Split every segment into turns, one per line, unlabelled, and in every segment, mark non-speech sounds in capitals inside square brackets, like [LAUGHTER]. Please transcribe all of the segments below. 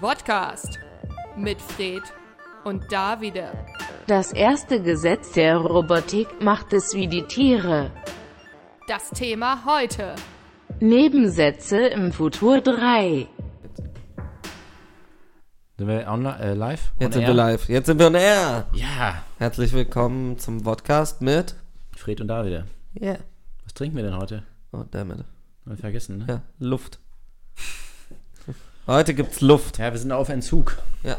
Podcast mit Fred und Davide.
Das erste Gesetz der Robotik macht es wie die Tiere.
Das Thema heute.
Nebensätze im Futur 3.
Sind wir online, äh, live? On
Jetzt sind
air?
wir live. Jetzt sind wir on air.
Ja.
Herzlich willkommen zum Podcast mit.
Fred und Davide.
Yeah.
Was trinken wir denn heute?
Oh, damit.
Haben wir vergessen, ne?
Ja, Luft. Heute gibt's Luft.
Ja, wir sind auf Entzug.
Ja.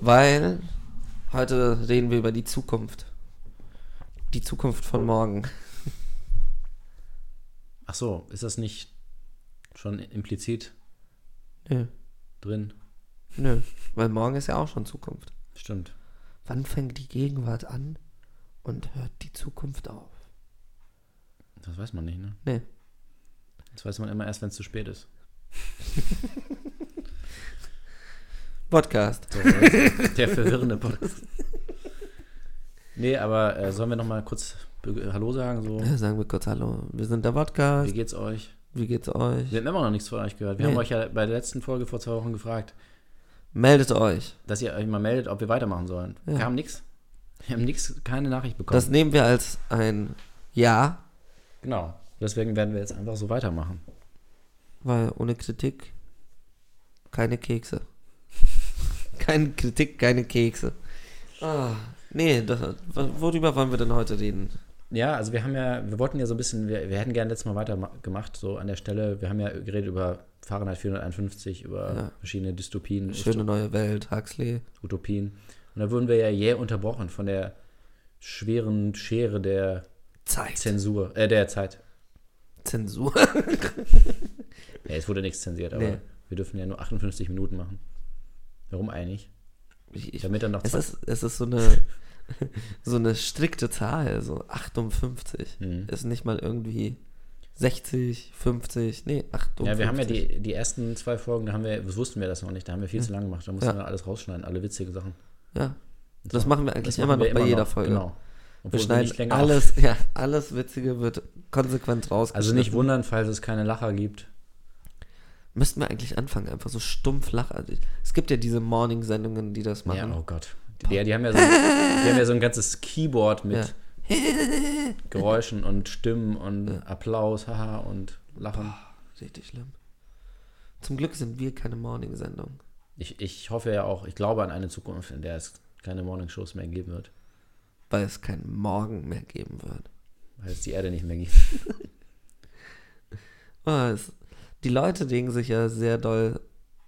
Weil heute reden wir über die Zukunft. Die Zukunft von morgen.
Ach so, ist das nicht schon implizit
Nö.
drin?
Nö. Weil morgen ist ja auch schon Zukunft.
Stimmt.
Wann fängt die Gegenwart an und hört die Zukunft auf?
Das weiß man nicht, ne?
Nee.
Das weiß man immer erst, wenn es zu spät ist.
Podcast.
So, [LAUGHS] der verwirrende Podcast. Nee, aber äh, sollen wir nochmal kurz be- Hallo sagen? So,
Ja, sagen wir kurz Hallo. Wir sind der
wie
Podcast.
geht's euch?
Wie geht's euch?
Wir haben immer noch nichts von euch gehört. Wir
Nee.
haben euch ja bei der letzten Folge vor zwei Wochen gefragt,
Meldet euch.
dass ihr euch mal meldet, ob wir weitermachen sollen.
Ja.
Kam nix. Wir haben nix, keine Nachricht bekommen.
Das nehmen wir als ein Ja,
Genau. Deswegen werden wir jetzt einfach so weitermachen.
Weil ohne Kritik keine Kekse. [LAUGHS] keine Kritik, keine Kekse. Ah, nee, das, wor- worüber wollen wir denn heute reden?
Ja, also wir haben ja, wir wollten ja so ein bisschen, wir, wir hätten gerne letztes Mal weitergemacht, so an der Stelle. Wir haben ja geredet über Fahrenheit 451, über
Ja.
verschiedene Dystopien,
Schöne neue Welt, Huxley.
Utopien. Und da wurden wir ja jäh unterbrochen von der schweren Schere der
Zeit.
Zensur, äh, der Zeit. [LAUGHS]
Zensur.
Ja, es wurde nichts zensiert, aber
Nee.
wir dürfen ja nur 58 Minuten machen. Warum eigentlich?
Ich, ich,
Damit dann noch
[LAUGHS] es,
zwei-
ist, es ist so eine, [LAUGHS] so eine strikte Zahl, so 58.
Mhm.
Ist nicht mal irgendwie 60, 50, nee, 58.
Ja, wir haben ja die, die ersten zwei Folgen, da haben wir, das wussten wir das noch nicht, da haben wir viel zu lange gemacht, da mussten
Ja.
wir alles rausschneiden, alle witzige Sachen.
Ja, das machen wir eigentlich immer
machen
noch
wir
bei jeder Folge.
Genau. Obwohl
Wir
sie nicht
schneiden
länger-
alles, ja, alles Witzige wird konsequent rausgeschnitten.
Also nicht wundern, falls es keine Lacher gibt.
Müssten wir eigentlich anfangen, einfach so stumpf lachen. Also Es gibt ja diese Morning-Sendungen, die das
Ja,
machen.
oh Gott. Die, ja, die, haben ja so, die haben ja so ein ganzes Keyboard mit
Ja.
Geräuschen und Stimmen und Applaus, haha und Lachen.
Oh, Richtig schlimm. Zum Glück sind wir keine Morning-Sendung.
Ich, ich hoffe ja auch, ich glaube an eine Zukunft, in der es keine Morningshows mehr geben wird,
Weil es keinen Morgen mehr geben wird.
weil es die Erde nicht mehr gibt.
Oh, es, die Leute regen sich ja sehr doll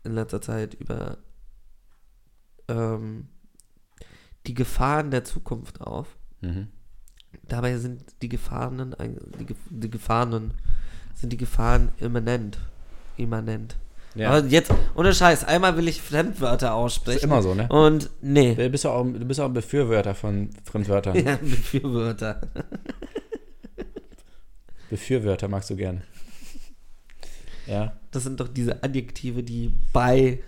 in letzter Zeit über ähm, die Gefahren der Zukunft auf.
Mhm.
Dabei sind die Gefahren, die, Ge- die Gefahren, sind die Gefahren immanent. Immanent.
Ja.
Aber jetzt, ohne Scheiß, einmal will ich Fremdwörter aussprechen.
Ist immer so, ne?
Und nee.
Du bist ja auch, du bist auch ein Befürworter von Fremdwörtern.
[LAUGHS] Ja, Befürworter.
Befürworter magst du gerne. Ja.
Das sind doch diese Adjektive, die bei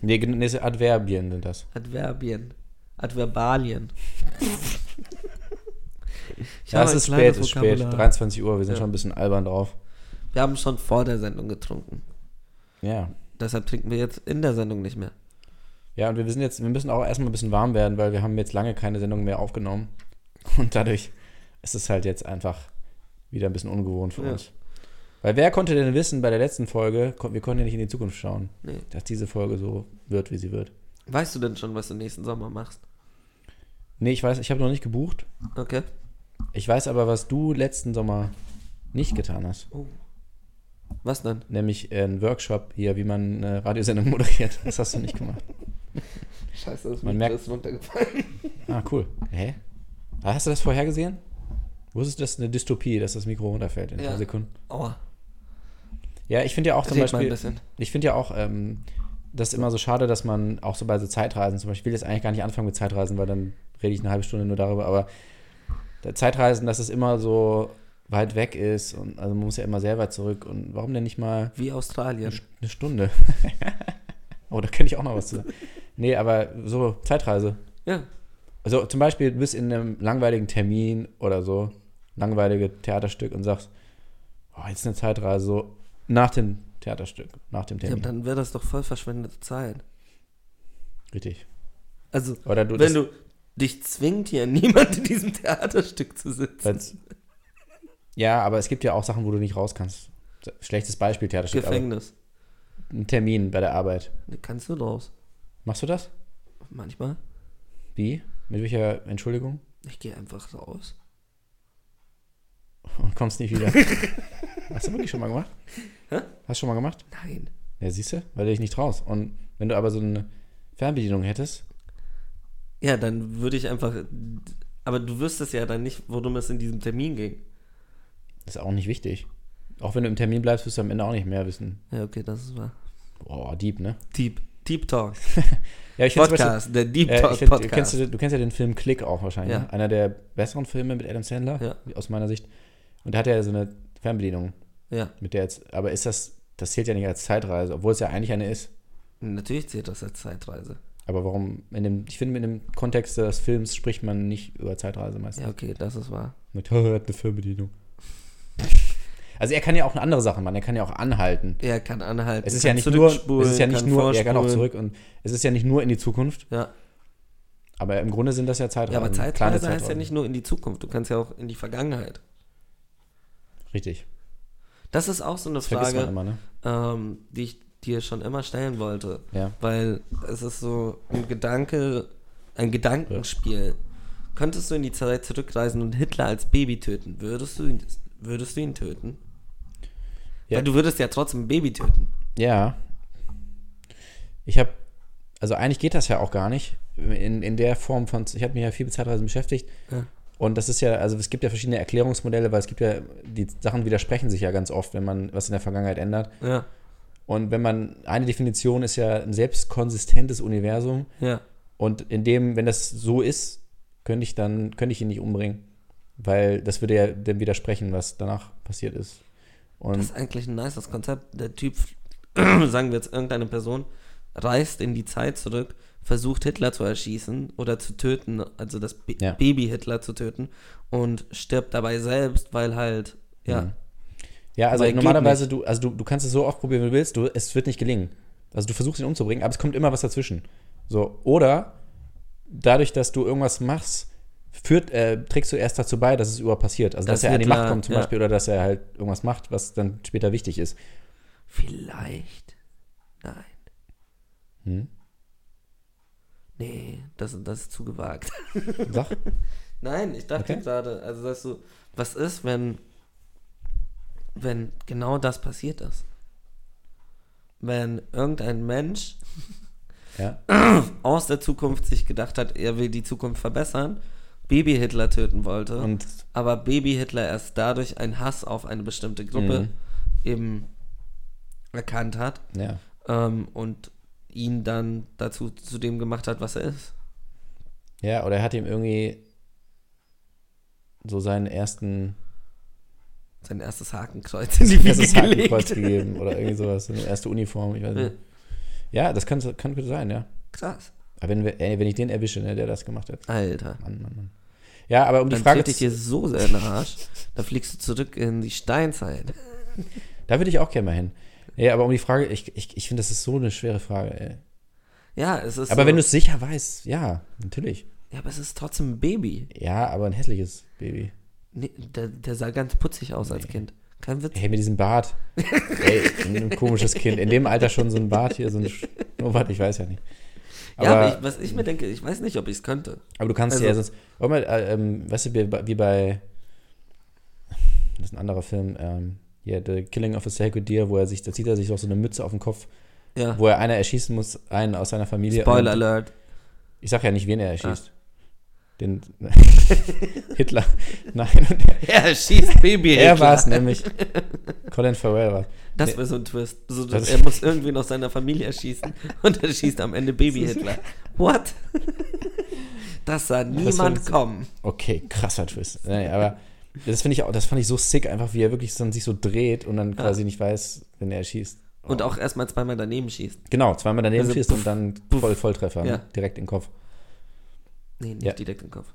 Nee, gen- nee, Adverbien sind das.
Adverbien,
[LAUGHS]
Adverbalien. Ich
Ja,
habe
es
ein
ist spät,
kleines
es ist spät.
Vokabular.
23 Uhr, wir sind
Ja.
schon ein bisschen albern drauf.
Wir haben schon vor der Sendung getrunken.
Ja.
Deshalb trinken wir jetzt in der Sendung nicht mehr.
Ja, und wir sind jetzt, wir müssen auch erstmal ein bisschen warm werden, weil wir haben jetzt lange keine Sendung mehr aufgenommen. [LAUGHS] Und dadurch ist es halt jetzt einfach wieder ein bisschen ungewohnt für
Ja.
uns. Weil wer konnte denn wissen bei der letzten Folge, kon- wir konnten ja nicht in die Zukunft schauen,
Nee.
dass diese Folge so wird, wie sie wird.
Weißt du denn schon, was du nächsten Sommer machst?
Nee, ich weiß, ich habe noch nicht gebucht.
Okay.
Ich weiß aber, was du letzten Sommer nicht getan hast.
Was denn?
Nämlich äh, einen Workshop hier, wie man eine Radiosendung [LAUGHS] moderiert. Das hast du nicht gemacht.
Scheiße, das
Man merkt-
runtergefallen.
Ah, cool. Hä? Ah, Hast du das vorhergesehen? Wusstest du, das ist eine Dystopie, dass das Mikro runterfällt in ein
Ja.
paar Sekunden?
[LAUGHS] Aua.
Ja, ich finde ja auch zum
Red mal ein
Beispiel,
bisschen.
ich finde ja auch, ähm, das ist immer so schade, dass man auch so bei so Zeitreisen, zum Beispiel, ich will jetzt eigentlich gar nicht anfangen mit Zeitreisen, weil dann rede ich eine halbe Stunde nur darüber, aber der Zeitreisen, dass es immer so weit weg ist und also man muss ja immer sehr weit zurück und warum denn nicht mal
Wie Australien.
eine Stunde? [LAUGHS] oh, da könnte ich auch noch was zu sagen. Nee, aber so Zeitreise.
Ja.
Also zum Beispiel, du bist in einem langweiligen Termin oder so, langweilige Theaterstück und sagst, oh, jetzt eine Zeitreise, so nach den Theaterstück nach dem
Ja,
Termin.
dann wäre das doch voll verschwendete Zeit.
Richtig.
Also,
Oder Oh, du,
wenn
das-
du dich zwingt, hier niemand in diesem Theaterstück zu sitzen.
weil's- ja, aber es gibt ja auch Sachen, wo du nicht raus kannst. Schlechtes Beispiel, Theaterstück. Aber
Gefängnis.
ein Termin bei der Arbeit.
Da kannst du raus.
Machst du das?
Manchmal.
Wie? Mit welcher Entschuldigung? [LAUGHS]
Ich gehe einfach raus.
Und kommst nicht
[LAUGHS]
wieder. Hast du wirklich schon mal gemacht?
Hä?
Hast du schon mal gemacht?
Nein.
Ja, siehst du, weil du dich nicht traust. Und wenn du aber so eine Fernbedienung hättest,
Ja, dann würde ich einfach. Aber du wüsstest ja dann nicht, worum es in diesem Termin ging.
ist auch nicht wichtig. Auch wenn du im Termin bleibst, wirst du am Ende auch nicht mehr wissen.
Ja, okay, das ist wahr.
Boah, Dieb, ne?
Deep. Deep Talk.
Ja, ich find zum Beispiel-
Podcast. Der Deep
Äh,
Talk
ich find, du, kennst,
Podcast.
du kennst ja den Film Click auch wahrscheinlich.
Ja.
Ne? Einer der besseren Filme mit Adam Sandler,
Ja.
aus meiner Sicht. Und da hat er so eine Fernbedienung,
Ja.
mit der jetzt. Aber ist das, das zählt ja nicht als Zeitreise, obwohl es ja eigentlich eine ist.
Natürlich zählt das als Zeitreise.
Aber warum, in dem, ich finde, in dem Kontext des Films spricht man nicht über Zeitreise meistens.
Ja, okay, das ist wahr.
Mit, [LAUGHS] er hat eine Fernbedienung. Also er kann ja auch eine andere Sache machen, er kann ja auch anhalten.
Er kann anhalten.
Es ist
kann
ja nicht nur,
zurückspulen,
es ist ja nicht
kann
nur, er kann auch
vorspulen.
zurück und es ist ja nicht nur in die Zukunft,
Ja.
aber im Grunde sind das ja Zeitreisen.
ja, aber
kleine
Zeitreise heißt ja
Zeitreisen.
nicht nur in die Zukunft. Du kannst ja auch in die Vergangenheit.
Richtig.
Das ist auch so eine
Das vergisst man
Frage,
immer, ne?
ähm, die ich dir schon immer stellen wollte.
Ja.
Weil es ist so ein Gedanke, ein Gedankenspiel. Könntest du in die Zeit zurückreisen und Hitler als Baby töten? Würdest du ihn, würdest du ihn töten?
Ja.
Weil du würdest ja trotzdem ein Baby töten.
Ja. Ich habe, also eigentlich geht das ja auch gar nicht in, in der Form von, ich habe mich ja viel mit Zeitreisen beschäftigt.
Ja.
Und das ist ja, also es gibt ja verschiedene Erklärungsmodelle, weil es gibt ja, die Sachen widersprechen sich ja ganz oft, wenn man was in der Vergangenheit ändert.
Ja,
Und wenn man, eine Definition ist ja ein selbstkonsistentes Universum.
ja.
Und in dem, wenn das so ist, könnte ich dann, könnte ich ihn nicht umbringen. Weil das würde ja dem widersprechen, was danach passiert ist.
Das
Und
ist eigentlich ein nices Konzept. Der Typ, [CLEARS THROAT] sagen wir jetzt irgendeine Person, reist in die Zeit zurück, versucht Hitler zu erschießen oder zu töten, also das Ba-
Ja.
Baby Hitler zu töten und stirbt dabei selbst, weil halt, ja,
Mhm. ja, also
weil geht
normalerweise, du, also du, du kannst es so oft probieren, wie du willst, du, es wird nicht gelingen. Also du versuchst ihn umzubringen, aber es kommt immer was dazwischen. So, oder dadurch, dass du irgendwas machst, führt, äh, trägst du erst dazu bei, dass es überhaupt passiert. Also
Das
dass er an die
wird
Macht
klar,
kommt zum
ja.
Beispiel oder dass er halt irgendwas macht, was dann später wichtig ist.
vielleicht. Nein.
Hm?
Nee, das, das ist zu gewagt.
Sag.
Nein, ich dachte
Okay.
gerade, also dass du, was ist, wenn, wenn genau das passiert ist? Wenn irgendein Mensch
ja.
aus der Zukunft sich gedacht hat, er will die Zukunft verbessern, Baby Hitler töten wollte,
Und
aber Baby Hitler erst dadurch einen Hass auf eine bestimmte
Mhm.
Gruppe eben erkannt hat
ja.
ähm, und ihn dann dazu zu dem gemacht hat, was er ist.
Ja, oder er hat ihm irgendwie so seinen
[LAUGHS]
ersten
Sein erstes Hakenkreuz in die Wiege
erstes Hakenkreuz
gelegt.
gegeben oder irgendwie sowas, eine erste Uniform, ich weiß
Ja.
nicht. Ja, das kann, kann gut sein, ja.
Krass.
Aber wenn, wir, ey, wenn ich den erwische, ne, der das gemacht hat.
Alter.
Mann, Mann, Mann. Ja, aber um die
Dann
Frage
trete ich
zu,
dir so sehr in den Arsch, da fliegst du zurück in die Steinzeit.
da würde ich auch gerne mal hin. Ja, aber um die Frage, ich, ich, ich finde, das ist so eine schwere Frage, ey.
Ja, es ist
Aber
so,
wenn du es sicher weißt, ja, natürlich.
Ja, aber es ist trotzdem ein Baby.
Ja, aber ein hässliches Baby.
Nee, der, der sah ganz putzig aus als Kind. Kein Witz.
Hey, mit diesem
[LAUGHS]
Bart. Ey, ein komisches Kind. In dem Alter schon so ein Bart hier, so ein Schnurrbart, ich weiß ja nicht.
ja, aber ich, was ich
äh,
mir denke, ich weiß nicht, ob ich es könnte.
Aber du kannst
Also-
ja sonst. Warte mal, äh, ähm, weißt du, wie bei- wie bei. Das ist ein anderer Film. Ähm, hier, The Killing of a Sacred Deer, wo er sich, da zieht er sich doch so eine Mütze auf den Kopf,
Ja.
wo er einer erschießen muss, einen aus seiner Familie.
Ah. Spoiler
Und- [LAUGHS]
Alert. Ah.
Ich sag ja nicht, wen er erschießt. Den. [LAUGHS] Hitler.
[LAUGHS]
Nein, und er-
Er schießt Baby.
er
Hitler.
war es nämlich. Colin Farrell war
Das wäre so ein Twist. So,
Das-
er muss irgendwen aus seiner Familie erschießen [LAUGHS] und er schießt am Ende Baby
[LAUGHS]
Hitler. What? Das sah niemand
so-
kommen.
Okay, krasser Twist. Nee, aber das finde ich auch, das fand ich so sick, einfach wie er wirklich dann sich so dreht und
Ah.
dann quasi nicht weiß, wenn er schießt.
Und auch erstmal zweimal daneben schießt.
Genau, zweimal daneben
Also,
schießt
puff,
und dann
puff.
voll Volltreffer,
Ja.
ne? direkt in den Kopf.
Nee, nicht
Ja.
direkt im Kopf.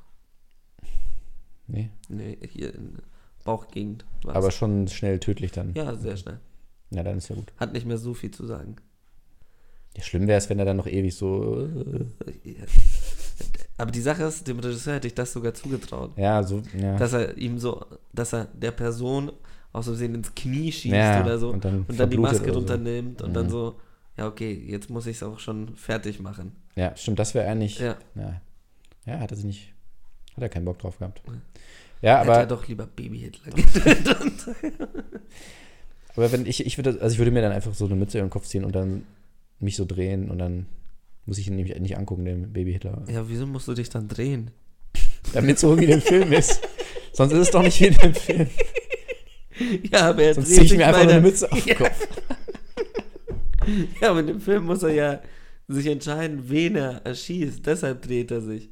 Nee,
Nee, hier in der Bauchgegend. war's.
aber schon schnell tödlich dann.
ja, sehr schnell.
Na, dann ist ja gut.
Hat nicht mehr so viel zu sagen.
Ja, schlimm wäre es, wenn er dann noch ewig so. äh,
Aber die Sache ist, dem Regisseur hätte ich das sogar zugetraut.
äh, Ja, so. Ja.
Dass er ihm so, dass er der Person aus Versehen ins Knie schießt
Ja,
oder so und
und
dann,
dann
die
verblutet
Maske
oder so. Mhm.
runternimmt und dann so, ja, okay, jetzt muss ich es auch schon fertig machen.
ja, stimmt, das wäre eigentlich.
Ja.
Ja. ja. hat er sich nicht. Hat er keinen Bock drauf gehabt. Ja,
Hätte er
aber,
doch lieber Baby Hitler getötet. und-
aber wenn ich, ich würde, also ich würde mir dann einfach so eine Mütze über den Kopf ziehen und dann mich so drehen und dann muss ich ihn nämlich nicht angucken, den Baby Hitler.
ja, wieso musst du dich dann drehen?
Damit so wie der Film
[LAUGHS]
ist. Sonst ist es doch nicht wie der Film.
Ja, aber er
Sonst
dreht
ziehe ich
sich
mir einfach
weiter.
nur eine Mütze auf den Kopf.
Ja, aber in dem Film muss er ja sich entscheiden, wen er erschießt. Deshalb dreht er sich.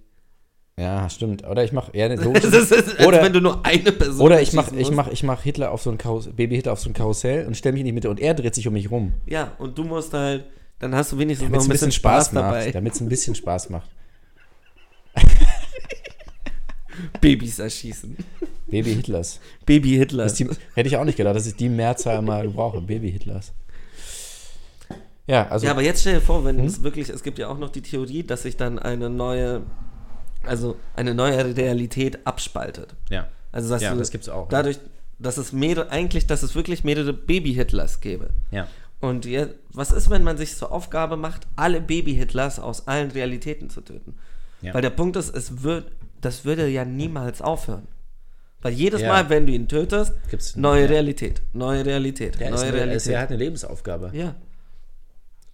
Ja, stimmt. Oder ich mache
[LAUGHS]
eher eine
Das
logische
ist, als
Oder-
wenn du nur eine Person
Oder ich mach,
erschießen
ich
musst.
mach, ich mach Hitler auf so ein Karus Baby Hitler auf so ein Karussell und stelle mich in die Mitte und er dreht sich um mich rum.
Ja, und du musst halt, dann hast du wenigstens
Damit
noch
es
ein bisschen Spaß,
macht.
dabei.
Damit es ein bisschen Spaß macht.
Babys erschießen.
Baby
[LAUGHS]
Hitlers.
Baby Hitler.
Das ist die, hätte ich auch nicht gedacht, dass ich die Mehrzahl mal brauche. Baby Hitlers. Ja, also
ja, aber jetzt stell dir vor, wenn es wirklich, es gibt ja auch noch die Theorie, dass sich dann eine neue, also eine neue Realität abspaltet.
ja.
Also dass
Ja,
du,
das gibt's auch, ja.
Dadurch, dass es mehrere, eigentlich, dass es wirklich mehrere Baby-Hitlers gäbe.
ja.
Und je- was ist, wenn man sich zur Aufgabe macht, alle Baby-Hitlers aus allen Realitäten zu töten?
Ja.
Weil der Punkt ist, es wird, das würde ja niemals aufhören. Weil jedes
Ja.
Mal, wenn du ihn tötest,
Gibt's-
neue
ja.
Realität, neue Realität,
Der
neue
ist, eine,
Realität.
ist, er hat eine Lebensaufgabe.
ja.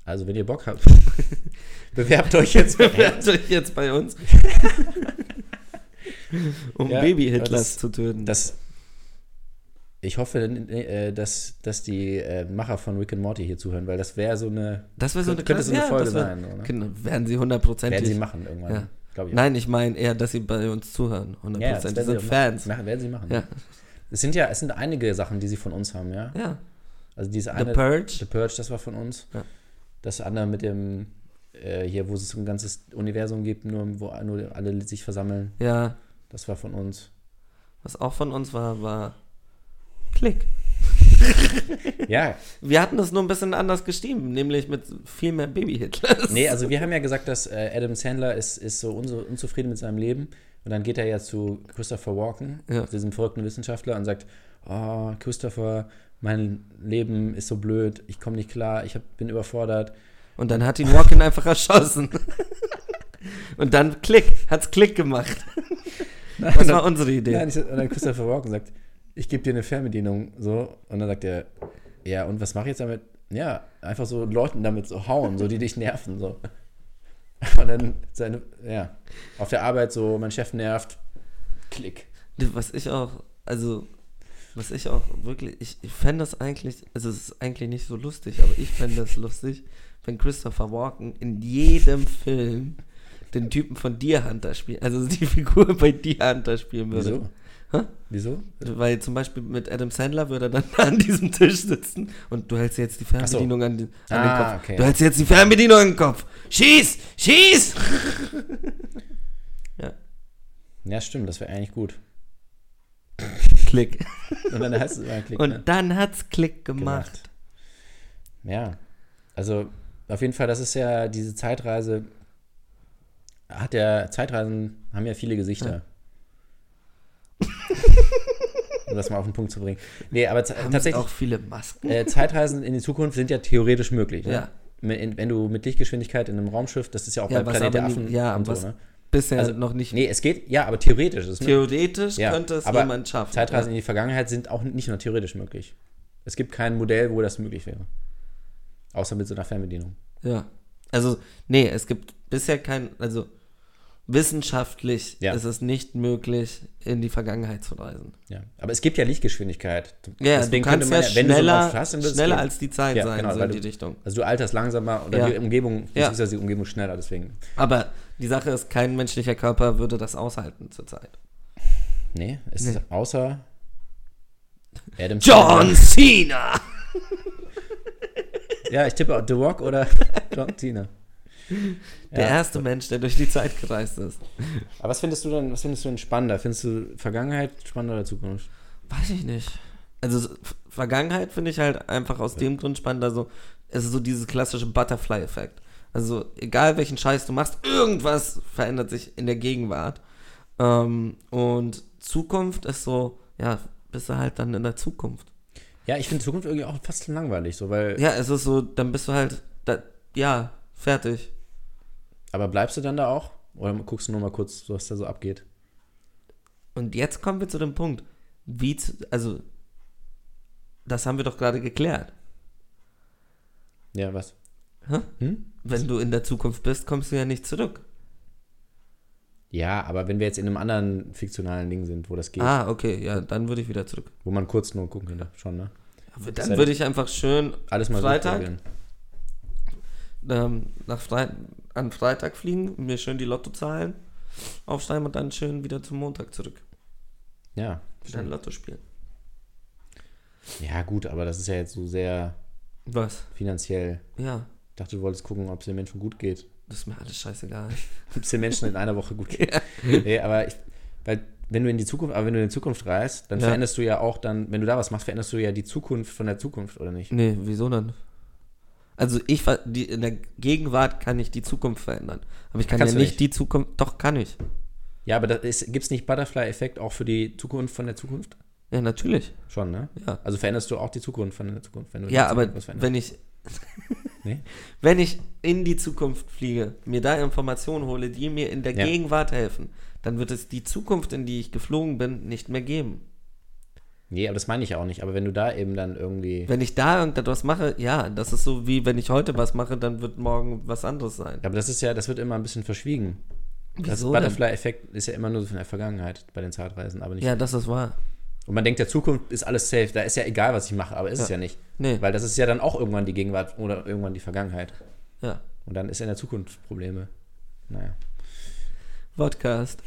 Also wenn ihr Bock habt, [LAUGHS] bewerbt euch [LAUGHS]
[LAUGHS]
jetzt.
Bewerbt euch jetzt bei uns. [LAUGHS] um
Ja,
Baby-Hitlers
das-
zu töten.
Das, ich hoffe, äh, dass, dass die äh, Macher von Rick and Morty hier zuhören, weil das wäre so eine.
Das wäre so eine
könnte so eine
ja,
Folge
das wär-
sein, oder?
Genau, werden sie hundertprozentig.
Werden sie machen irgendwann.
Ja.
Glaub ich auch.
Nein, ich meine eher, dass sie bei uns
Ja,
zuhören.
das
Hundertprozentig.
werden
sie
sie
sind
auch
Fans.
Machen, werden sie machen.
Ja,
Es sind ja, es sind einige Sachen, die sie von uns haben, ja.
ja.
Also diese eine,
Purge.
The Purge, das war von uns.
Ja.
Das andere mit dem äh, hier, wo es so ein ganzes Universum gibt, nur wo nur alle sich versammeln,
Ja.
das war von uns.
Was auch von uns war, war Klick.
Ja,
Wir hatten das nur ein bisschen anders gestiegen, nämlich mit viel mehr Baby-Hitlers.
nee, also wir haben ja gesagt, dass äh, Adam Sandler ist, ist so unzu- unzufrieden mit seinem Leben und dann geht er ja zu Christopher Walken,
Ja.
diesem verrückten Wissenschaftler und sagt, oh, Christopher, mein Leben ist so blöd, ich komme nicht klar, ich hab, bin überfordert.
[LAUGHS] Und dann hat ihn Walken einfach erschossen. [LAUGHS] Und dann Klick, hat's Klick gemacht. Das war unsere Idee.
Nein, ich, und dann Christopher Walken sagt, ich gebe dir eine Fernbedienung, so. Und dann sagt er, ja, und was mache ich jetzt damit? Ja, einfach so Leuten damit so hauen, so, die dich nerven, so. [LAUGHS] Und dann seine, ja, auf der Arbeit so, mein Chef nervt, klick.
Was ich auch, also, was ich auch wirklich, ich, ich fände das eigentlich, also es ist eigentlich nicht so lustig, aber ich fände das lustig, wenn Christopher Walken in jedem Film den Typen von Deer Hunter spielt, also die Figur bei Deer Hunter spielen würde.
Wieso?
Hä?
Wieso?
Weil zum Beispiel mit Adam Sandler würde er dann [LAUGHS] an diesem Tisch sitzen und du hältst jetzt die Fernbedienung an, den, an den
Ah,
Kopf.
okay.
Du hältst jetzt die Fernbedienung an den Kopf. Schieß! Schieß!
[LAUGHS]
ja,
Ja, stimmt, das wäre eigentlich gut.
Klick.
Und dann heißt es immer klick, ne?
Und dann hat's Klick gemacht.
Gemacht. Ja, also auf jeden Fall, das ist ja diese Zeitreise, hat ja, Zeitreisen haben ja viele Gesichter. [LAUGHS] um das mal auf den Punkt zu bringen. Nee, aber z-
Haben tatsächlich
tatsächlich,
auch viele Masken.
äh, Zeitreisen in die Zukunft sind ja theoretisch möglich. Ne?
Ja.
Wenn- in- Wenn du mit Lichtgeschwindigkeit in einem Raumschiff, das ist ja auch
Ja,
bei
was
Planet der
aber nie-
Affen
ja,
und
was-
so, ne?
Bisher
Also
noch nicht.
Nee, es geht, ja, aber theoretisch. Ist, ne?
Theoretisch
ja,
könnte es
aber
jemand schaffen.
Zeitreisen in die Vergangenheit sind auch nicht nur theoretisch möglich. Es gibt kein Modell, wo das möglich wäre. Außer mit so einer Fernbedienung.
ja. Also, nee, es gibt bisher kein, also wissenschaftlich
Ja.
ist es nicht möglich, in die Vergangenheit zu reisen.
Ja. Aber es gibt ja Lichtgeschwindigkeit.
Ja, du kannst ja schneller, schneller als die Zeit
Ja,
sein,
genau,
so
weil
in die
du-
Richtung.
Also du alterst langsamer oder
Ja.
die Umgebung,
Ja.
beziehungsweise die Umgebung schneller, deswegen.
Aber die Sache ist, kein menschlicher Körper würde das aushalten zurzeit.
Nee, es ist außer Adam
John Cena!
Cena. Ja, ich tippe auch The Rock
[LAUGHS]
oder John Cena.
Der
Ja.
erste Mensch, der durch die Zeit gereist ist.
Aber was findest du denn, was findest du denn spannender? Findest du Vergangenheit spannender oder Zukunft?
Weiß ich nicht. also so, F- Vergangenheit finde ich halt einfach aus dem Grund spannend, also es ist so dieses klassische Butterfly-Effekt. Also egal welchen Scheiß du machst, irgendwas verändert sich in der Gegenwart. Ähm, und Zukunft ist so, ja, bist du halt dann in der Zukunft.
Ja, ich finde Zukunft irgendwie auch fast langweilig, so, weil.
Ja, es ist so, dann bist du halt, da, ja, fertig.
Aber bleibst du dann da auch? Oder guckst du nur mal kurz, was da so abgeht?
Und jetzt kommen wir zu dem Punkt, wie, zu, also, das haben wir doch gerade geklärt.
Ja, was?
Hä?
Hm?
Wenn du in der Zukunft bist, kommst du ja nicht zurück.
Ja, aber wenn wir jetzt in einem anderen fiktionalen Ding sind, wo das geht,
Ah, okay, ja, dann würde ich wieder zurück.
wo man kurz nur gucken könnte, schon, ne?
Aber dann würde ich einfach schön
Alles mal
Freitag,
regeln.
ähm, nach Fre an Freitag fliegen, mir schön die Lottozahlen aufschreiben und dann schön wieder zum Montag zurück.
Ja.
Wieder ein Lotto spielen.
Ja, gut, aber das ist ja jetzt so sehr
Was?
finanziell.
Ja,
Ich dachte, du wolltest gucken, ob es den Menschen gut geht. [LAUGHS]
das ist mir alles scheißegal.
Ob es den Menschen in einer Woche gut geht. Nee, aber ich, weil, wenn du in die Zukunft, aber wenn du in die Zukunft reist, dann
Ja.
veränderst du ja auch dann, wenn du da was machst, veränderst du ja die Zukunft von der Zukunft, oder nicht?
Nee, wieso dann? Also ich ver- die, in der Gegenwart kann ich die Zukunft verändern. Aber ich kann
Kannst
ja
du
nicht die Zukunft. Doch, kann ich.
Ja, aber gibt es nicht Butterfly-Effekt auch für die Zukunft von der Zukunft?
Ja, natürlich.
Schon, ne?
Ja.
Also veränderst du auch die Zukunft von der Zukunft, wenn du in
Ja,
der
aber
Zukunft was veränderst.
wenn ich.
[LAUGHS] Nee?
[LAUGHS] Wenn ich in die Zukunft fliege, mir da Informationen hole, die mir in der
Ja.
Gegenwart helfen, dann wird es die Zukunft, in die ich geflogen bin, nicht mehr geben.
Nee, aber das meine ich ja auch nicht. Aber wenn du da eben dann irgendwie.
Wenn ich da irgendetwas mache, ja, das ist so wie wenn ich heute was mache, dann wird morgen was anderes sein.
Aber das ist ja, das wird immer ein bisschen verschwiegen. Das
Wieso denn?
Butterfly-Effekt ist ja immer nur so von der Vergangenheit bei den Zeitreisen, aber nicht.
Ja, das ist wahr.
Und man denkt, der Zukunft ist alles safe, da ist ja egal, was ich mache, aber ist es ja nicht.
Nee.
Weil das ist ja dann auch irgendwann die Gegenwart oder irgendwann die Vergangenheit.
Ja.
Und dann ist in der Zukunft Probleme. Naja. [LAUGHS]
Podcast.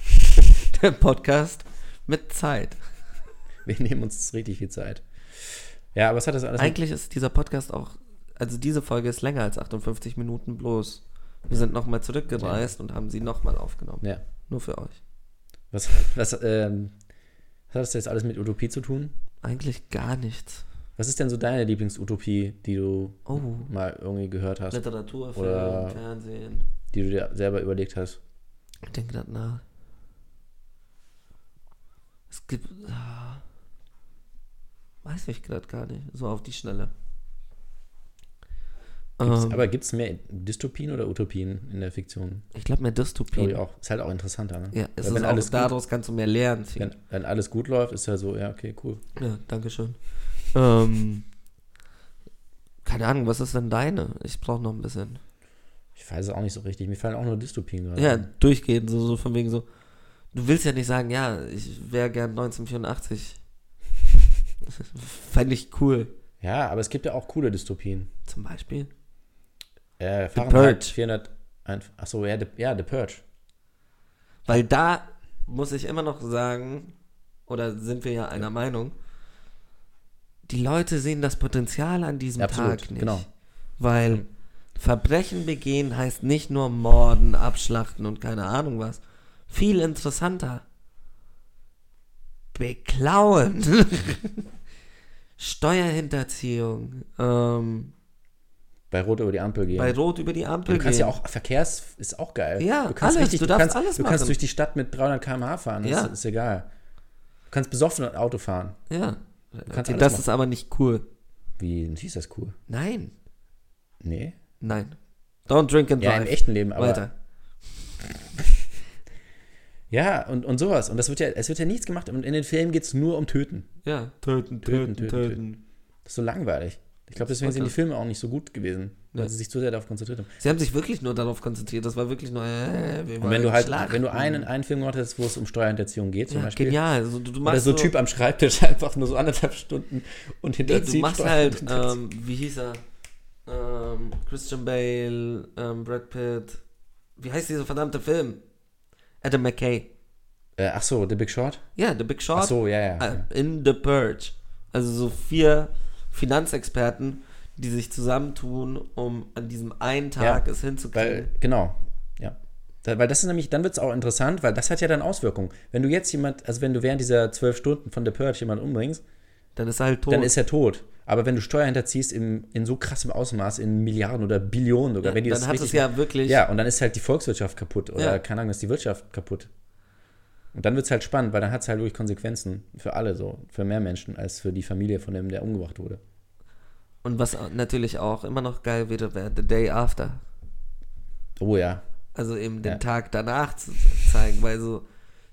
Der Podcast mit Zeit.
Wir nehmen uns richtig viel Zeit. Ja, aber was hat das alles mit-
Eigentlich ist dieser Podcast auch, also diese Folge ist länger als 58 Minuten bloß. Wir sind nochmal zurückgereist und haben sie nochmal aufgenommen.
Ja.
Nur für euch.
Was, was, ähm, was hat das jetzt alles mit Utopie zu tun?
Eigentlich gar nichts.
Was ist denn so deine Lieblingsutopie, die du
Oh.
mal irgendwie gehört hast,
Literatur, Film,
Oder-
Fernsehen.
die du dir selber überlegt hast?
Ich denke gerade nach. Es gibt. Ah, weiß ich gerade gar nicht. So auf die Schnelle.
Gibt's,
Ähm,
aber gibt es mehr Dystopien oder Utopien in der Fiktion?
ich glaube mehr Dystopie.
Glaube ich auch. Ist halt auch interessanter, ne?
Ja,
Weil
es ist
wenn,
auch,
alles gut,
daraus kannst du mehr lernen. ziehen.
wenn, wenn alles gut läuft, ist ja so, ja, okay, cool.
Ja, danke schön. Ähm, keine Ahnung, was ist denn deine? Ich brauche noch ein bisschen.
Ich weiß es auch nicht so richtig. Mir fallen auch nur Dystopien gerade.
Ja,
ein.
durchgehen, so, so von wegen so. Du willst ja nicht sagen, ja, ich wäre gern 1984. [LAUGHS] Fände ich cool.
ja, aber es gibt ja auch coole Dystopien.
Zum Beispiel.
Äh, The
Purge.
400. Achso, ja, The, ja, The Purge.
Weil da muss ich immer noch sagen, oder sind wir ja einer Meinung, die Leute sehen das Potenzial an diesem
Absolut,
Tag nicht.
genau.
Weil Verbrechen begehen heißt nicht nur Morden, Abschlachten und keine Ahnung was. Viel interessanter. Beklauen.
[LAUGHS]
Steuerhinterziehung. Ähm,
Bei Rot über die Ampel gehen.
Bei Rot über die Ampel
du kannst
gehen.
ja auch, Verkehrs ist auch geil.
Ja,
du kannst
alles,
Richtig,
du darfst
kannst,
alles
Du kannst
machen.
durch die Stadt mit 300 km/h fahren, das
Ja.
ist, ist egal. Du kannst besoffen Auto fahren.
ja.
kannst
okay,
alles
das
machen.
ist aber nicht cool.
Wie hieß das cool?
Nein.
Nee.
Nein. Don't drink and
Ja,
drive.
im echten Leben, aber.
Weiter.
Ja, und, und sowas. Und das wird ja, es wird ja nichts gemacht. Und in den Filmen geht es nur um Töten.
Ja. Töten,
Töten, töten, Das ist so langweilig. Ich glaube, deswegen sind die Filme auch nicht so gut gewesen, weil
Ja.
sie sich zu sehr darauf konzentriert haben.
Sie haben sich wirklich nur darauf konzentriert. Das war wirklich nur. Äh, wir
Und
wollen
wenn du halt,
schlachten.
wenn du einen, einen Film gemacht hast, wo es um Steuerhinterziehung geht, zum
ja,
Beispiel.
genial. Also, du, du
Oder
machst
so ein Typ am Schreibtisch [LAUGHS] einfach nur so anderthalb Stunden und
Ja,
hinterzieht.
du machst
Steuern-
halt, ähm, wie hieß er? Ähm, Christian Bale, ähm, Brad Pitt. Wie heißt dieser verdammte Film? Adam McKay.
äh, ach so, The Big Short?
Ja, The Big Short.
Ach so, ja, ja.
äh, in The Purge. Also so vier Finanzexperten, die sich zusammentun, um an diesem einen Tag es hinzukriegen.
Weil, genau, ja. Da, weil das ist nämlich, dann wird es auch interessant, weil das hat ja dann Auswirkungen. Wenn du jetzt jemand, also wenn du während dieser zwölf Stunden von The Purge jemanden umbringst,
Dann ist er halt tot.
dann ist er tot. Aber wenn du Steuer hinterziehst im, in so krassem Ausmaß, in Milliarden oder Billionen sogar,
Ja,
wenn die
dann
das
hat
richtig
es ja wirklich-
Ja, und dann ist halt die Volkswirtschaft kaputt oder
Ja.
keine Ahnung, ist die Wirtschaft kaputt. Und dann wird es halt spannend, weil dann hat es halt wirklich Konsequenzen für alle so, für mehr Menschen als für die Familie von dem, der umgebracht wurde.
Und was au- natürlich auch immer noch geil wäre, wäre The Day After.
Oh ja.
Also eben den
Ja.
Tag danach zu zeigen, weil so,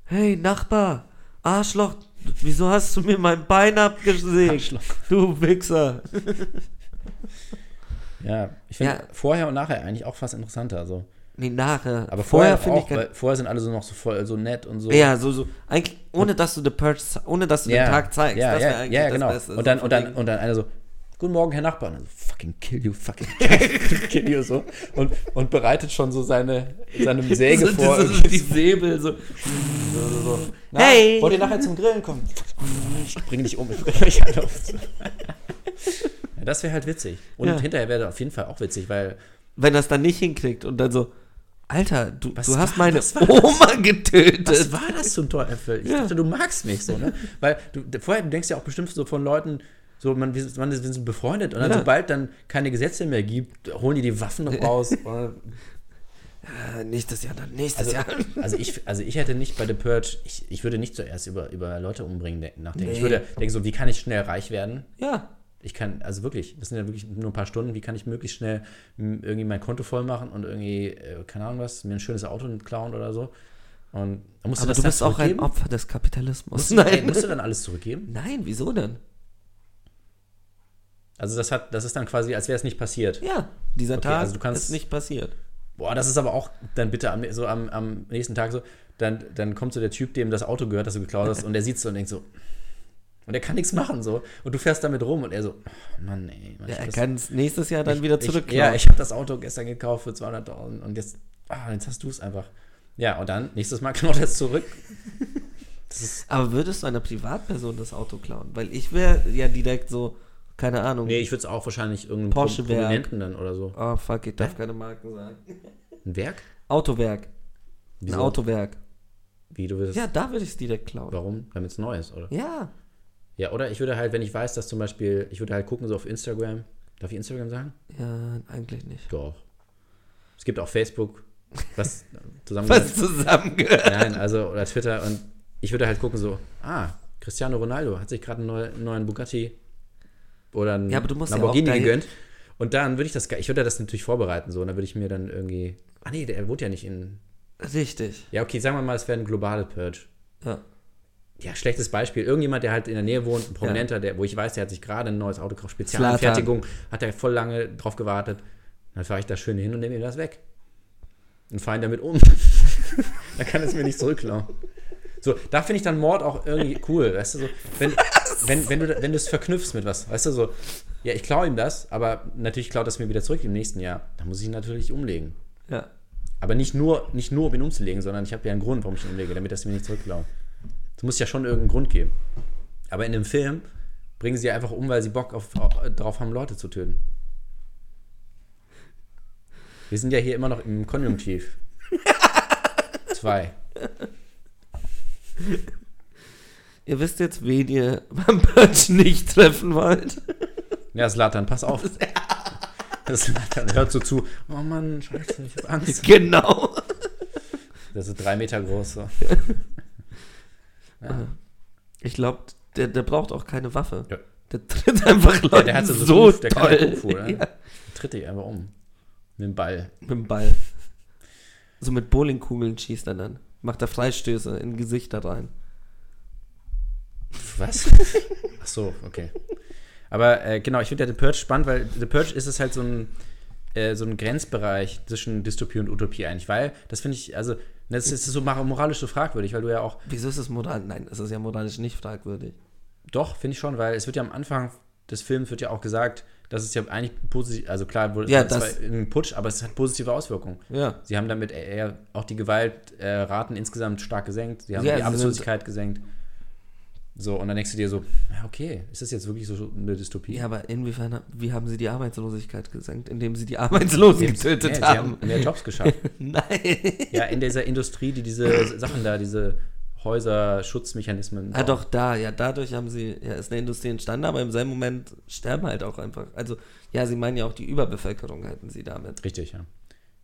hey Nachbar, Arschloch, wieso hast du mir mein Bein abgesägt?
Arschloch.
Du Wichser.
Ja, ich finde
Ja.
vorher und nachher eigentlich auch fast interessanter. So.
Nee, nachher.
Aber vorher,
finde
auch, weil vorher sind alle so noch so voll, so nett und so.
kein- Ja, so, so. Eigentlich, ohne dass du, the Purge, ze- ohne dass du
Ja.
den Tag zeigst.
Ja,
das wäre
ja,
eigentlich
ja,
das
genau.
Beste.
Und dann,
So
und,
von
dann,
wegen-
und dann einer so, guten Morgen, Herr Nachbar. Und er so, fucking kill you, fucking [LAUGHS] kill, kill you, so. Und, und bereitet schon so seine, seine Säge
so,
vor.
so, so,
[LAUGHS]
die Säbel, so.
Na,
Hey!
Wollt ihr nachher zum Grillen kommen? Ich bring dich um, ich bring dich alle auf.
[LAUGHS]
Ja, das wäre halt witzig. Und
Ja.
hinterher wäre das auf jeden Fall auch witzig, weil
Wenn das dann nicht hinkriegt und dann so, Alter, du,
Was
du hast
war-
meine
was war
[LAUGHS] Oma getötet.
Was war das zum Teufel? Ich
Ja.
dachte, du magst mich so, ne? Weil du d- vorher, du denkst ja auch bestimmt so von Leuten, so man, wir sind- man ist- wir sind befreundet und dann,
Ja.
sobald dann keine Gesetze mehr gibt, holen die die Waffen
[LAUGHS]
raus. Und-
Äh, Oh. Nächstes Jahr dann, nächstes
also,
Jahr. [LAUGHS]
also, ich, also ich hätte nicht bei The Purge, ich, ich würde nicht zuerst über, über Leute umbringen denken, nachdenken. Ich
Nee.
würde denken so, wie kann ich schnell reich werden?
Ja.
Ich kann, also wirklich, das sind ja wirklich nur ein paar Stunden, wie kann ich möglichst schnell m, irgendwie mein Konto voll machen und irgendwie, äh, keine Ahnung was, mir ein schönes Auto klauen oder so. Und dann musst
Aber
das
du
dann
bist auch ein
zurückgeben?
Opfer des Kapitalismus.
Musst du, Nein. Ey, musst du dann alles zurückgeben?
Nein, wieso denn?
Also das hat, das ist dann quasi, als wäre es nicht passiert.
Ja, dieser
Okay,
Tag
also du kannst-
ist nicht passiert.
Boah, das ist aber auch dann bitte am, so am, am nächsten Tag so, dann, dann kommt so der Typ, dem das Auto gehört, das du geklaut hast, und der sieht so und denkt so, und der kann nichts machen so. Und du fährst damit rum und er so, oh Mann, ey. Mann, ich
Ja,
hab
er
das-
kann es nächstes Jahr dann
ich-
wieder zurück.
Ich, ja, ich habe das Auto gestern gekauft für 200.000 und jetzt, ah, jetzt hast du es einfach. Ja, und dann, nächstes Mal [LAUGHS] klaut er es zurück.
Aber würdest du einer Privatperson das Auto klauen? Weil ich wäre ja direkt so, keine Ahnung.
Nee, ich würde es auch wahrscheinlich irgendeinem
Porsche
Pro-
Werk.
Prominenten dann oder so.
Oh, fuck, ich darf keine Marken sagen.
Ein Werk?
Autowerk.
Wieso?
Ein Autowerk.
Wie du willst.
Ja, da würde ich es direkt klauen.
Warum? Damit es neu ist, oder?
Ja.
Ja, oder ich würde halt, wenn ich weiß, dass zum Beispiel, ich würde halt gucken, so auf Instagram. Darf ich Instagram sagen?
Ja, eigentlich nicht.
Doch. Es gibt auch Facebook, [LAUGHS] was zusammen.
Was zusammengehört.
Nein, also, oder Twitter. Und ich würde halt gucken, so, ah, Cristiano Ronaldo hat sich gerade einen neu- neuen Bugatti oder einen
Ja, aber du musst ja auch
Lamborghini
dahin-
gegönnt. Und dann würde ich das, ge- ich würde das natürlich vorbereiten, so. Und dann würde ich mir dann irgendwie. Ah, nee, der wohnt ja nicht in.
Richtig.
Ja, okay, sagen wir mal, es wäre ein globale Purge.
Ja.
Ja, schlechtes Beispiel. Irgendjemand, der halt in der Nähe wohnt, ein Prominenter, der, wo ich weiß, der hat sich gerade ein neues Auto gekauft, Spezialanfertigung, hat er voll lange drauf gewartet. Dann fahre ich da schön hin und nehme ihm das weg. Und fahre ihn damit um. [LAUGHS] dann kann es mir nicht zurückklauen. So, da finde ich dann Mord auch irgendwie cool, weißt du, so, wenn, wenn, wenn, du, wenn du es verknüpfst mit was, weißt du, so, ja, ich klaue ihm das, aber natürlich klaut das mir wieder zurück im nächsten Jahr. Dann muss ich ihn natürlich umlegen.
Ja.
Aber nicht nur, nicht nur, um ihn umzulegen, sondern ich habe ja einen Grund, warum ich ihn umlege, damit das mir nicht zurückklaut. Es muss ja schon irgendeinen Grund geben. Aber in dem Film bringen sie einfach um, weil sie Bock auf, äh, drauf haben, Leute zu töten. Wir sind ja hier immer noch im
[LAUGHS]
Konjunktiv. Zwei.
Ihr wisst jetzt, wen ihr [LAUGHS] beim Purge nicht treffen wollt.
Ja, Slatan, pass
[LAUGHS]
auf. Slatan hört so zu. Oh Mann, scheiße, ich habe Angst.
Genau.
Das ist drei Meter groß. So.
Ich glaube, der, der braucht auch keine Waffe.
Ja.
Der tritt einfach
[LAUGHS]
Leute
Ja, der hat so,
so,
so ne? der kann
toll.
ja Kung Fu, oder?
Ja,
Tritt dich einfach um. Mit dem Ball.
mit dem Ball. So mit Bowlingkugeln schießt er dann. Macht er Freistöße in Gesichter rein.
Was? Ach so, okay. Aber äh, genau, ich finde ja The Purge spannend, weil The Purge ist es halt so ein, äh, so ein Grenzbereich zwischen Dystopie und Utopie eigentlich, weil das finde ich, also das ist so mora- moralisch so fragwürdig, weil du ja auch,
Wieso ist es moral? Nein, es ist ja moralisch nicht fragwürdig.
doch, finde ich schon, weil es wird ja am Anfang des Films wird ja auch gesagt, dass es ja eigentlich positiv, also klar, wurde
Ja,
es war
das-
ein Putsch, aber es hat positive Auswirkungen.
Ja.
Sie haben damit e- eher auch die Gewaltraten äh, Raten insgesamt stark gesenkt. Sie haben
Ja,
die
sie sind-
Arbeitslosigkeit gesenkt. So, und dann denkst du dir so, ja, okay, ist das jetzt wirklich so eine Dystopie?
Ja, aber inwiefern, ha- wie haben sie die Arbeitslosigkeit gesenkt? Indem sie die Arbeitslosen
Indem sie-
getötet
nee, sie
haben. [LAUGHS]
haben mehr Jobs geschafft.
Nein.
ja, in dieser Industrie, die diese Sachen da, diese Häuser, Schutzmechanismen.
Ah, doch, da, ja, dadurch haben sie, ja, ist eine Industrie entstanden, aber im selben Moment sterben halt auch einfach. Also, ja, sie meinen ja auch die Überbevölkerung hätten sie damit.
Richtig, ja.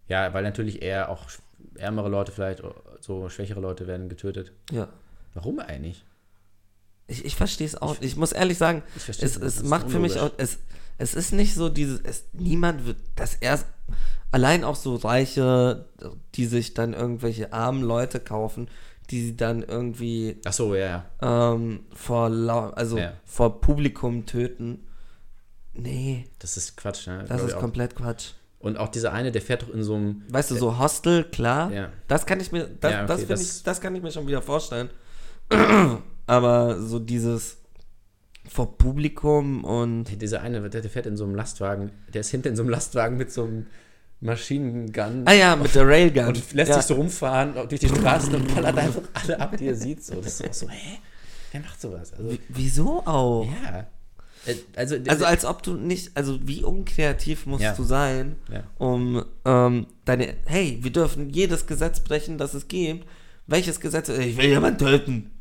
Ja, weil natürlich eher auch sch- ärmere Leute vielleicht, so schwächere Leute werden getötet.
Ja.
Warum eigentlich?
Ich, ich verstehe es auch. Ich, muss ehrlich sagen,
Ich
es,
versteh's
es,
nicht. Das ist
macht für mich auch.
unlogisch.
Es, es ist nicht so dieses. Es, niemand wird das erst. Allein auch so Reiche, die sich dann irgendwelche armen Leute kaufen, die sie dann irgendwie
Ach so, ja, ja.
ähm, vor, lau- also
Ja.
vor Publikum töten. Nee,
Das ist Quatsch, ne?
das
Glaub ich
ist
auch.
komplett Quatsch.
Und auch dieser eine, der fährt doch in so einem.
Weißt du, so Hostel, klar.
Ja.
Das kann ich mir, das,
Ja, okay,
das, find
das-
ich, das kann ich mir schon wieder vorstellen. [CLEARS THROAT] Aber so dieses vor Publikum und
Dieser eine, der, der fährt in so einem Lastwagen. Der ist hinten in so einem Lastwagen mit so einem Maschinengun.
Ah ja, mit der Railgun.
Und lässt
ja.
sich so rumfahren durch die Straßen und ballert einfach alle ab, die er sieht. So, das ist auch so, hä? Wer macht sowas? Also,
W- Wieso auch?
ja. Äh, Also,
Also als ob du nicht, also wie unkreativ musst
Ja.
du sein,
Ja.
um ähm, deine, hey, wir dürfen jedes Gesetz brechen, das es gibt. Welches Gesetz? Ich will jemanden töten.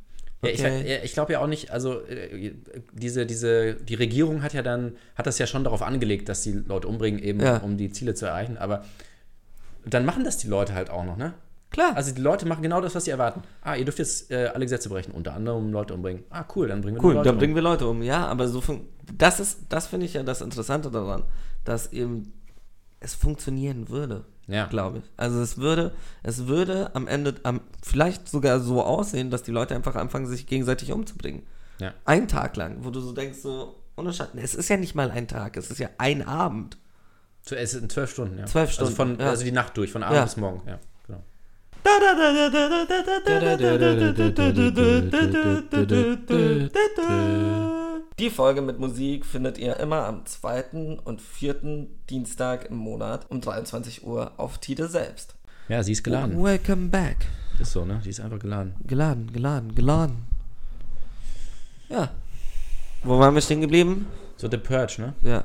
Ja, ich,
Okay.
ja, ich glaube ja auch nicht, also äh, diese, diese, die Regierung hat ja dann, hat das ja schon darauf angelegt, dass die Leute umbringen, eben
Ja.
um die Ziele zu erreichen, aber dann machen das die Leute halt auch noch, ne?
Klar.
Also die Leute machen genau das, was sie erwarten. Ah, ihr dürft jetzt äh, alle Gesetze brechen, unter anderem Leute umbringen. Ah, cool, dann bringen wir
Cool,
die Leute
dann bringen wir Leute um. Ja, aber so fun das ist, das finde ich ja das Interessante daran, dass eben es funktionieren würde,
Ja.
glaube ich. Also es würde, es würde am Ende am, vielleicht sogar so aussehen, dass die Leute einfach anfangen, sich gegenseitig umzubringen.
um. Ja.
Ein Tag lang, wo du so denkst, so ohne Schatten. Es ist ja nicht mal ein Tag, es ist ja ein Abend.
So, Es sind zwölf Stunden, ja.
Zwölf Stunden,
Also, von,
ja.
also die Nacht durch, von Abend
Ja.
bis morgen, ja. Genau.
Die Folge mit Musik findet ihr immer am zweiten und vierten Dienstag im Monat um 23 Uhr auf Tide selbst.
Ja, sie ist geladen.
Welcome back.
Ist so, ne? Sie ist einfach geladen.
Geladen, geladen, geladen. Ja. Wo waren wir stehen geblieben?
So The Purge, ne?
Ja.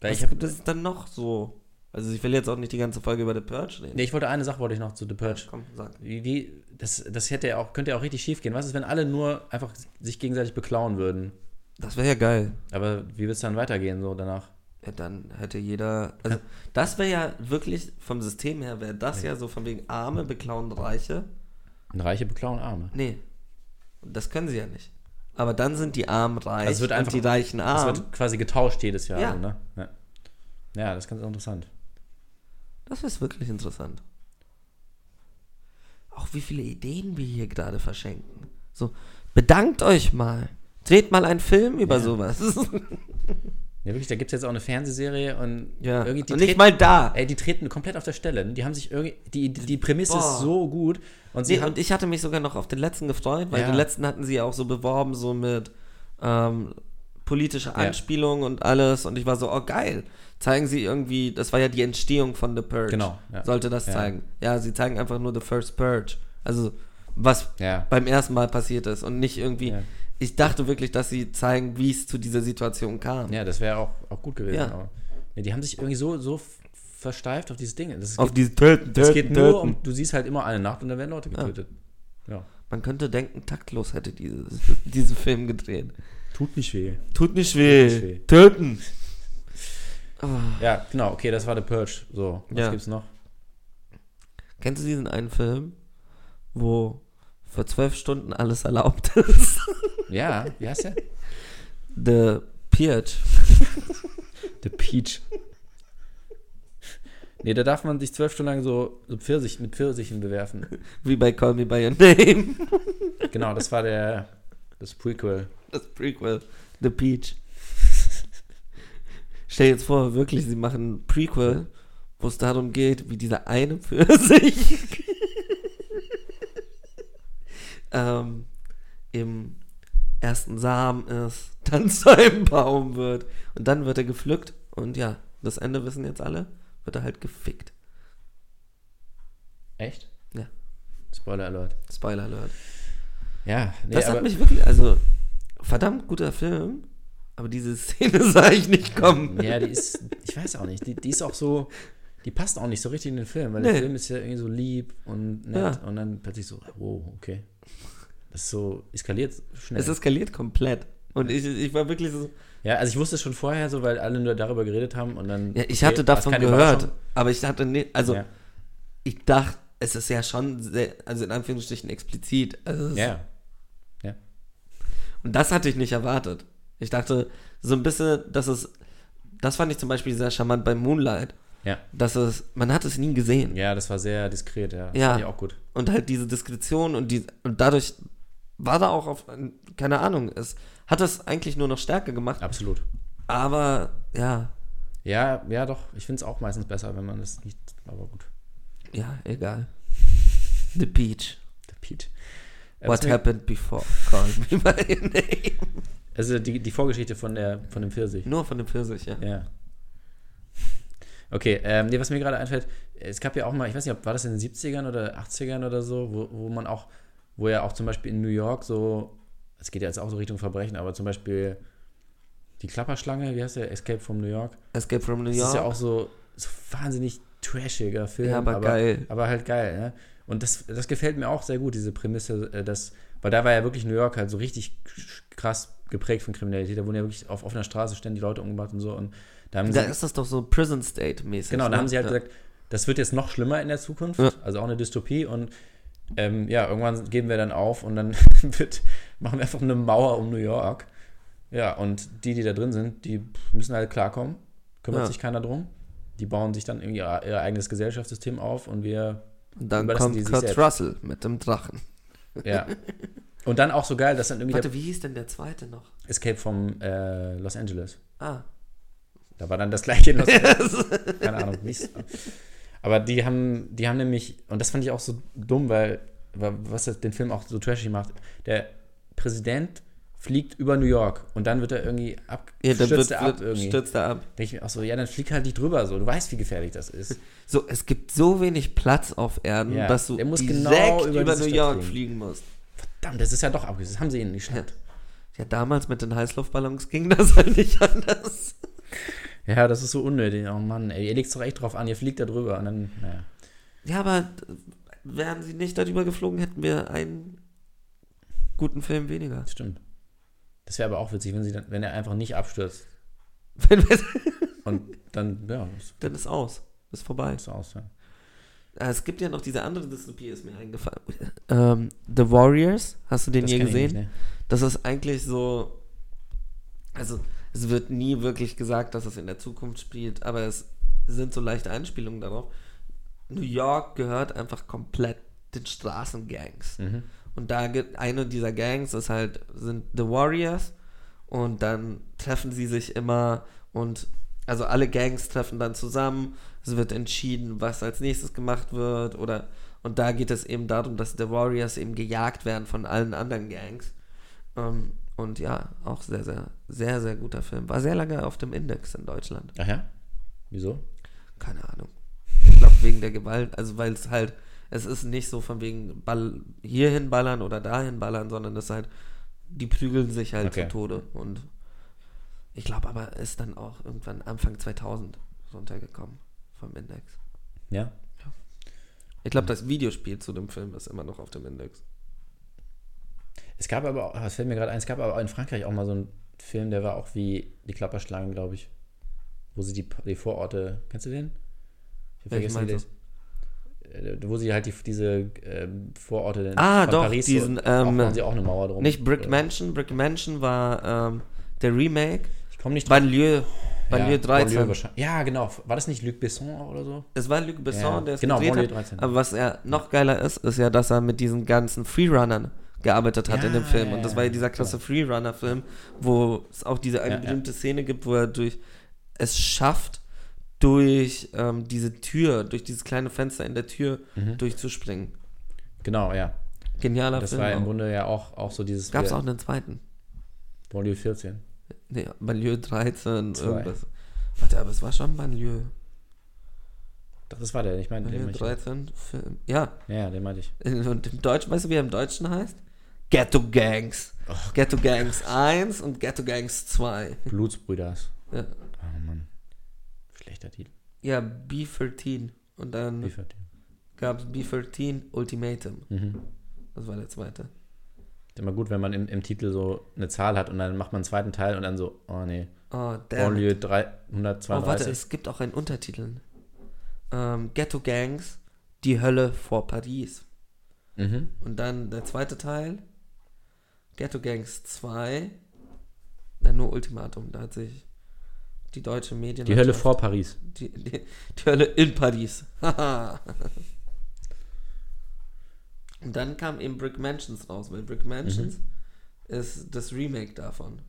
Weil
Was
ich hab,
gibt es dann noch so? Also ich will jetzt auch nicht die ganze Folge über The Purge reden.
nee, ich wollte eine Sache wollte ich noch zu The Purge.
Komm, sag.
Wie, wie, das, das hätte ja auch, könnte ja auch richtig schief gehen. Was ist, wenn alle nur einfach sich gegenseitig beklauen würden?
Das wäre ja geil.
Aber wie wird es dann weitergehen, so danach?
Ja, dann hätte jeder. Also, das wäre ja wirklich vom System her, wäre das ja so von wegen Arme beklauen Reiche.
Und Reiche beklauen Arme.
Nee. Das können sie ja nicht. Aber dann sind die Armen reich
Also es wird einfach-
und die Reichen
Das
arm.
wird quasi getauscht jedes Jahr,
Ah. Ja.
Also, ne? Ja. ja, das ist ganz interessant.
Das ist wirklich interessant. Auch wie viele Ideen wir hier gerade verschenken. So, bedankt euch mal. Dreht mal einen Film über sowas. [LAUGHS]
Ja, wirklich, da gibt es jetzt auch eine Fernsehserie und
ja.
irgendwie die
und nicht
treten-
mal da.
Ey, die treten komplett auf der Stelle. Die haben sich irgendwie. Die, die, die Prämisse ist
Boah.
so gut. Und sie
Nee,
haben.
und ich hatte mich sogar noch auf den letzten gefreut, weil
Ja.
den letzten hatten sie ja auch so beworben, so mit ähm, politischer Anspielung und alles. Und ich war so, oh geil. Zeigen sie irgendwie, das war ja die Entstehung von The Purge.
Genau, ja.
Sollte das
Ja.
zeigen. Ja, sie zeigen einfach nur The First Purge. Also, was
Ja.
beim ersten Mal passiert ist und nicht irgendwie.
Ja.
Ich dachte wirklich, dass sie zeigen, wie es zu dieser Situation kam.
Ja, das wäre auch, auch gut gewesen.
Ja.
Aber, nee, die haben sich irgendwie so, so f- versteift auf dieses Ding. Das
Auf diese Töten, Töten,
Es geht nur
Töten.
um, du siehst halt immer eine Nacht und dann werden Leute getötet. Ja.
Man könnte denken, taktlos hätte dieses, [LAUGHS] diesen Film gedreht.
Tut nicht weh.
Tut nicht weh.
nicht weh.
Töten.
Ja, genau, okay, das war The Purge. So, was
Ja.
gibt's noch?
Kennst du diesen einen Film, wo für zwölf Stunden alles erlaubt [LAUGHS] ist?
Ja, wie heißt der?
The Purge.
The Peach. [LAUGHS] Nee, da darf man sich zwölf Stunden lang so, so Pfirsich, mit Pfirsichen bewerfen.
Wie bei Call Me By Your Name.
Genau, das war der das Prequel.
Das Prequel. The Peach. [LAUGHS] Stell jetzt vor, wirklich, sie machen ein Prequel, wo es darum geht, wie dieser eine [LAUGHS] Pfirsich ähm, im ersten Samen ist, dann [LAUGHS] zu einem Baum wird und dann wird er gepflückt und ja, das Ende wissen jetzt alle, wird er halt gefickt.
Echt?
Ja,
Spoiler Alert.
Spoiler Alert.
Ja, nee,
das
aber
hat mich wirklich, also verdammt guter Film, aber diese Szene [LAUGHS] sah ich nicht kommen.
Ja, die ist, ich weiß auch nicht, die, die ist auch so, die passt auch nicht so richtig in den Film, weil
Nee.
der Film ist ja irgendwie so lieb und nett
Ja.
und dann plötzlich so, wow, okay. Das ist so, eskaliert schnell.
Es eskaliert komplett. Und ich, ich war wirklich so.
ja, also ich wusste es schon vorher so, weil alle nur darüber geredet haben und dann.
Ja, ich
okay,
hatte
war es
davon
keine
gehört,
Überraschung.
aber ich hatte nicht, also
Ja.
ich dachte, es ist ja schon sehr, also in Anführungsstrichen explizit. Also es ist-
Ja.
Und das hatte ich nicht erwartet. Ich dachte so ein bisschen, dass es, das fand ich zum Beispiel sehr charmant bei Moonlight,
ja.
dass es, man hat es nie gesehen.
Ja, das war sehr diskret, ja. Das
Ja.
Fand ich auch gut.
Und halt diese Diskretion und die, und dadurch war da auch auf, keine Ahnung, es hat es eigentlich nur noch stärker gemacht,
Absolut.
aber ja,
Ja, ja, doch. Ich finde es auch meistens besser, wenn man das nicht. Aber gut.
ja, egal. The Beach.
Der Pete. Äh, was
What
mir-
happened before? [LAUGHS] Call me by your name.
Also die, die Vorgeschichte von, der, von dem Pfirsich.
Nur von dem Pfirsich, ja.
Ja. Okay, ähm, nee, was mir gerade einfällt, es gab ja auch mal, ich weiß nicht, ob war das in den 70ern oder 80ern oder so, wo, wo man auch, wo ja auch zum Beispiel in New York so, es geht ja jetzt auch so Richtung Verbrechen, aber zum Beispiel die Klapperschlange, wie heißt der, Escape from New York,
Escape from New
das
York.
ist ja auch so, so wahnsinnig trashiger Film.
Ja, aber geil.
Aber halt geil, ne? Und das, das gefällt mir auch sehr gut, diese Prämisse, äh, dass, weil da war ja wirklich New York halt so richtig krass geprägt von Kriminalität. Da wurden ja wirklich auf offener Straße ständig Leute umgebracht und so. Und da haben
da
sie,
ist das doch so Prison State mäßig.
genau, da
ne?
haben sie halt
ja.
gesagt, das wird jetzt noch schlimmer in der Zukunft,
Ja.
also auch eine Dystopie. Und ähm, ja, irgendwann geben wir dann auf und dann [LAUGHS] wird, machen wir einfach eine Mauer um New York. Ja, und die, die da drin sind, die müssen halt klarkommen. Kümmert
Ja.
sich keiner drum. Die bauen sich dann irgendwie ihr, ihr eigenes Gesellschaftssystem auf und wir,
Und dann
überlassen die
kommt
sich
Kurt
selbst.
Russell mit dem Drachen. [LAUGHS]
ja. und dann auch so geil, dass dann irgendwie
Warte, wie hieß denn der zweite noch?
der Escape vom äh, Los Angeles.
Ah.
Da war dann das gleiche
[LAUGHS]
in Los Angeles. Keine Ahnung, wie ich's- Aber die haben, die haben nämlich, und das fand ich auch so dumm, weil, weil was das den Film auch so trashy macht, der Präsident fliegt über New York und dann wird er irgendwie ab,
Ja, dann
stürzt
wird,
er
wird,
ab irgendwie.
stürzt er ab.
Denke ich mir auch so, ja, dann flieg halt nicht drüber, so, du weißt, wie gefährlich das ist.
So, es gibt so wenig Platz auf Erden,
Ja,
dass du
der muss
direkt
genau über
über,
diese Stadt
New York
fliegen.
fliegen musst.
Verdammt, das ist ja doch abgesetzt, das haben sie ihnen nicht geschnappt.
Ja, damals mit den Heißluftballons ging das [LAUGHS] halt nicht anders.
Ja, das ist so unnötig, oh Mann, ey, ihr legt doch echt drauf an, ihr fliegt da drüber und dann, naja.
Ja, aber äh, wären sie nicht darüber geflogen, hätten wir einen guten Film weniger. [LAUGHS]
Stimmt. Das wäre aber auch witzig, wenn, sie dann, wenn er einfach nicht abstürzt.
Wenn wir,
Und dann, ja, ist,
dann ist aus. Ist vorbei.
ist aus. Ja.
Ah, Es gibt ja noch diese andere Dystopie, ist mir eingefallen. Ähm, The Warriors, hast du den
Das
je
kenn ich
gesehen?
nicht, ne?
Das ist eigentlich so. Also, es wird nie wirklich gesagt, dass es in der Zukunft spielt, aber es sind so leichte Anspielungen darauf. New York gehört einfach komplett den Straßengangs.
Mhm.
Und da gibt eine dieser Gangs ist halt, sind The Warriors. Und dann treffen sie sich immer und also alle Gangs treffen dann zusammen. Es wird entschieden, was als nächstes gemacht wird. Oder und da geht es eben darum, dass The Warriors eben gejagt werden von allen anderen Gangs. Ähm, und ja, auch sehr, sehr, sehr, sehr guter Film. War sehr lange auf dem Index in Deutschland.
Ach ja? Wieso?
Keine Ahnung. Ich glaube, wegen der Gewalt, also weil es halt, es ist nicht so von wegen Ball, hierhin ballern oder dahin ballern, sondern es ist halt, die prügeln sich halt
Okay.
zu Tode. Und ich glaube aber, ist dann auch irgendwann Anfang 2000 runtergekommen vom Index.
Ja?
Ich glaube, das Videospiel zu dem Film ist immer noch auf dem Index.
Es gab aber auch, ah, es fällt mir gerade ein, es gab aber auch in Frankreich auch mal so einen Film, der war auch wie die Klapperschlangen, glaube ich. Wo sie die, die Vororte, kennst du den? Ich hab
Welchen
wie der- äh, Wo sie halt die, diese ähm, Vororte in-
Ah, doch,
so-
diesen,
auch,
ähm,
machen sie auch eine Mauer drum.
Nicht Brick
Oder-
Mansion. Brick Mansion war ähm, der Remake.
Ich komme nicht
Banlieue, Banlieue
Ja,
13.
Banlieue wahrscheinlich. ja, genau. War das nicht Luc Besson oder so?
es war Luc Besson,
Ja,
der es
genau,
gedreht
Banlieue
hat.
13.
Aber was er noch geiler ist, ist ja, dass er mit diesen ganzen Freerunnern gearbeitet hat
Ja,
in dem Film.
ja,
Und
ja,
das war ja dieser
ja,
krasse Freerunner-Film, wo es auch diese eine
Ja, ja.
berühmte Szene gibt, wo er durch es schafft, durch ähm, diese Tür, durch dieses kleine Fenster in der Tür durchzuspringen.
Genau, ja.
Genialer
Mhm. Das
Film.
war im
auch.
Grunde ja auch, auch so dieses
Gab es auch einen zweiten?
Banlieue 14.
Nee, Banlieue 13,
Zwei.
irgendwas. Warte, aber es war schon Banlieue.
Das das war der, ich meine, den
Banlieue
meinte ich.
13, Film. Ja,
Ja, den meinte ich.
und im Deutschen, weißt du, wie er im Deutschen heißt? Ghetto Gangs.
Oh.
Ghetto Gangs 1 und Ghetto Gangs 2.
Blutsbrüders.
Ja.
Oh Mann. Schlechter Titel.
Ja, B13. Und dann
Liefert.
gab es B13 Ultimatum.
Mhm.
Das war der zweite.
Ist immer gut, wenn man im, im Titel so eine Zahl hat und dann macht man einen zweiten Teil und dann so, oh nee,
Oh, damn.
Banlieue
Oh, warte,
332.
es gibt auch einen Untertitel. Ähm, Ghetto Gangs, die Hölle vor Paris.
mhm.
Und dann der zweite Teil, Ghetto Gangs 2, dann nur Ultimatum. Da hat sich die deutsche Medien...
Die Hölle vor Paris.
Die, die, die Hölle in Paris. Haha. [LAUGHS] Und dann kam eben Brick Mansions raus, weil Brick Mansions ist das Remake davon.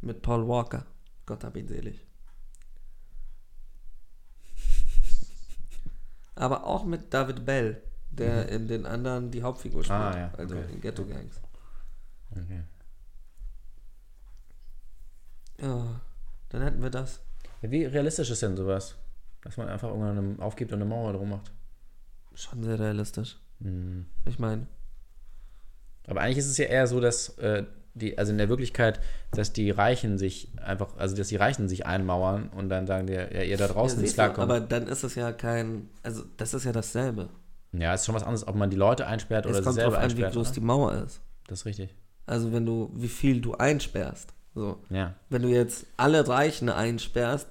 Mit Paul Walker. Gott hab ihn selig. [LAUGHS] Aber auch mit David Bell, der in den anderen die Hauptfigur spielt.
Ah, ja,
Also
okay.
in Ghetto Gangs.
Okay.
Ja, dann hätten wir das.
Ja, wie realistisch ist denn sowas? Dass man einfach irgendwann eine- aufgibt und eine Mauer drum macht.
Schon sehr realistisch. Ich meine,
Aber eigentlich ist es ja eher so, dass äh, die, also in der Wirklichkeit, dass die Reichen sich einfach, also dass die Reichen sich einmauern und dann sagen, ja, ja, ihr da draußen
Ja,
ist
siehst du,
klarkommt.
Aber dann ist es ja kein, also das ist ja dasselbe.
Ja, ist schon was anderes, ob man die Leute einsperrt oder ne?
es
sich
kommt drauf
selber
an, wie
einsperrt.
groß die
oder?
Mauer ist.
Das ist richtig.
Also wenn du, wie viel du einsperrst. So,
Ja.
wenn du jetzt alle Reichen einsperrst,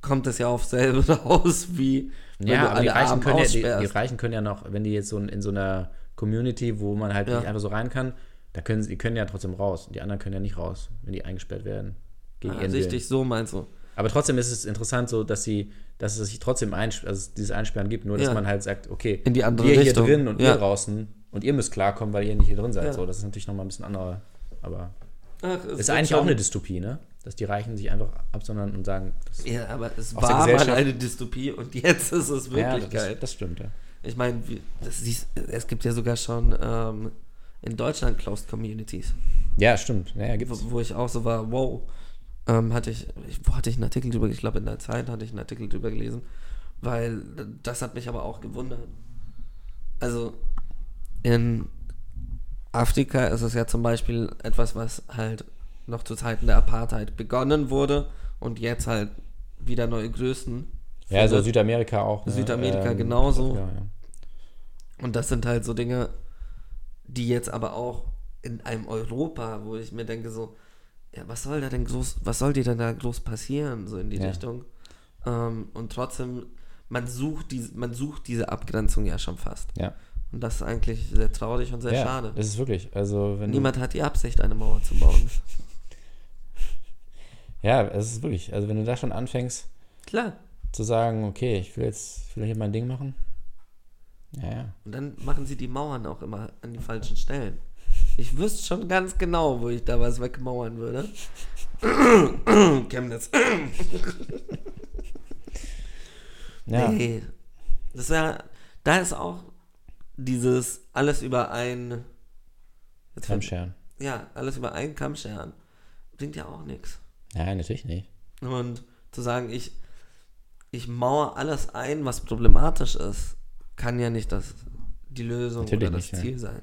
kommt es ja auf selbe [LAUGHS] raus wie wenn
Ja,
du
aber die
alle
Reichen,
Armen
können ja, die, die
aussperrst.
Reichen können ja noch, wenn die jetzt so in, in so einer Community, wo man halt
Ja.
nicht einfach so rein kann, da können sie, die können ja trotzdem raus. Die anderen können ja nicht raus, wenn die eingesperrt werden. Gegen
Ah,
ihren
richtig, so meinst du.
Willen. Aber trotzdem ist es interessant so, dass sie, dass es sich trotzdem einsp also es dieses Einsperren gibt, nur dass
Ja.
man halt sagt, okay,
In die andere
wir
Richtung.
hier drin und
Ja.
ihr draußen und ihr müsst klarkommen, weil ihr nicht hier drin seid.
Ja.
So, das ist natürlich nochmal ein bisschen anderer, aber
Ach, es
das ist
wird
eigentlich
schon-
auch eine Dystopie, ne? Dass die Reichen sich einfach absondern und sagen, das
Ja, aber es
der
war mal
Gesellschaft-
eine Dystopie und jetzt ist es
Ja, das,
Wirklichkeit.
das stimmt, ja.
ich meine, wie- das siehst- es gibt ja sogar schon ähm, in Deutschland Closed Communities.
Ja, stimmt. Naja, gibt's.
wo, wo ich auch so war, wow, ähm, hatte ich, ich, wo hatte ich einen Artikel drüber, ich glaube in der Zeit hatte ich einen Artikel drüber gelesen, weil das hat mich aber auch gewundert. Also in Afrika ist es ja zum Beispiel etwas, was halt noch zu Zeiten der Apartheid begonnen wurde und jetzt halt wieder neue Größen.
Ja, so
findet.
Südamerika auch. Ne?
Südamerika genauso.
Ja, ja.
Und das sind halt so Dinge, die jetzt aber auch in einem Europa, wo ich mir denke so, ja, was soll da denn groß, was soll dir denn da groß passieren, so in die
Ja.
Richtung? Ähm, und trotzdem, man sucht, die, man sucht diese Abgrenzung ja schon fast.
ja.
Und das ist eigentlich sehr traurig und sehr
ja,
schade.
Das ist wirklich. Also, wenn
Niemand hat die Absicht, eine Mauer zu bauen.
Du, ja, es ist wirklich. Also, wenn du da schon anfängst
Klar.
zu sagen, okay, ich will jetzt, ich will hier mein Ding machen. Ja, ja.
Und dann machen sie die Mauern auch immer an die falschen Stellen. Ich wüsste schon ganz genau, wo ich da was wegmauern würde. [CLEARS THROAT] Chemnitz.
Ja,
Nee. Das wär, da ist auch dieses alles über ein. Jetzt fällt-
Fremdscheren.
ja, alles über einen Kamm scheren. Bringt ja auch nichts.
Nein, natürlich nicht.
Und zu sagen, ich, ich mauer alles ein, was problematisch ist, kann ja nicht das, die Lösung
Natürlich
oder das
nicht, ja.
Ziel sein.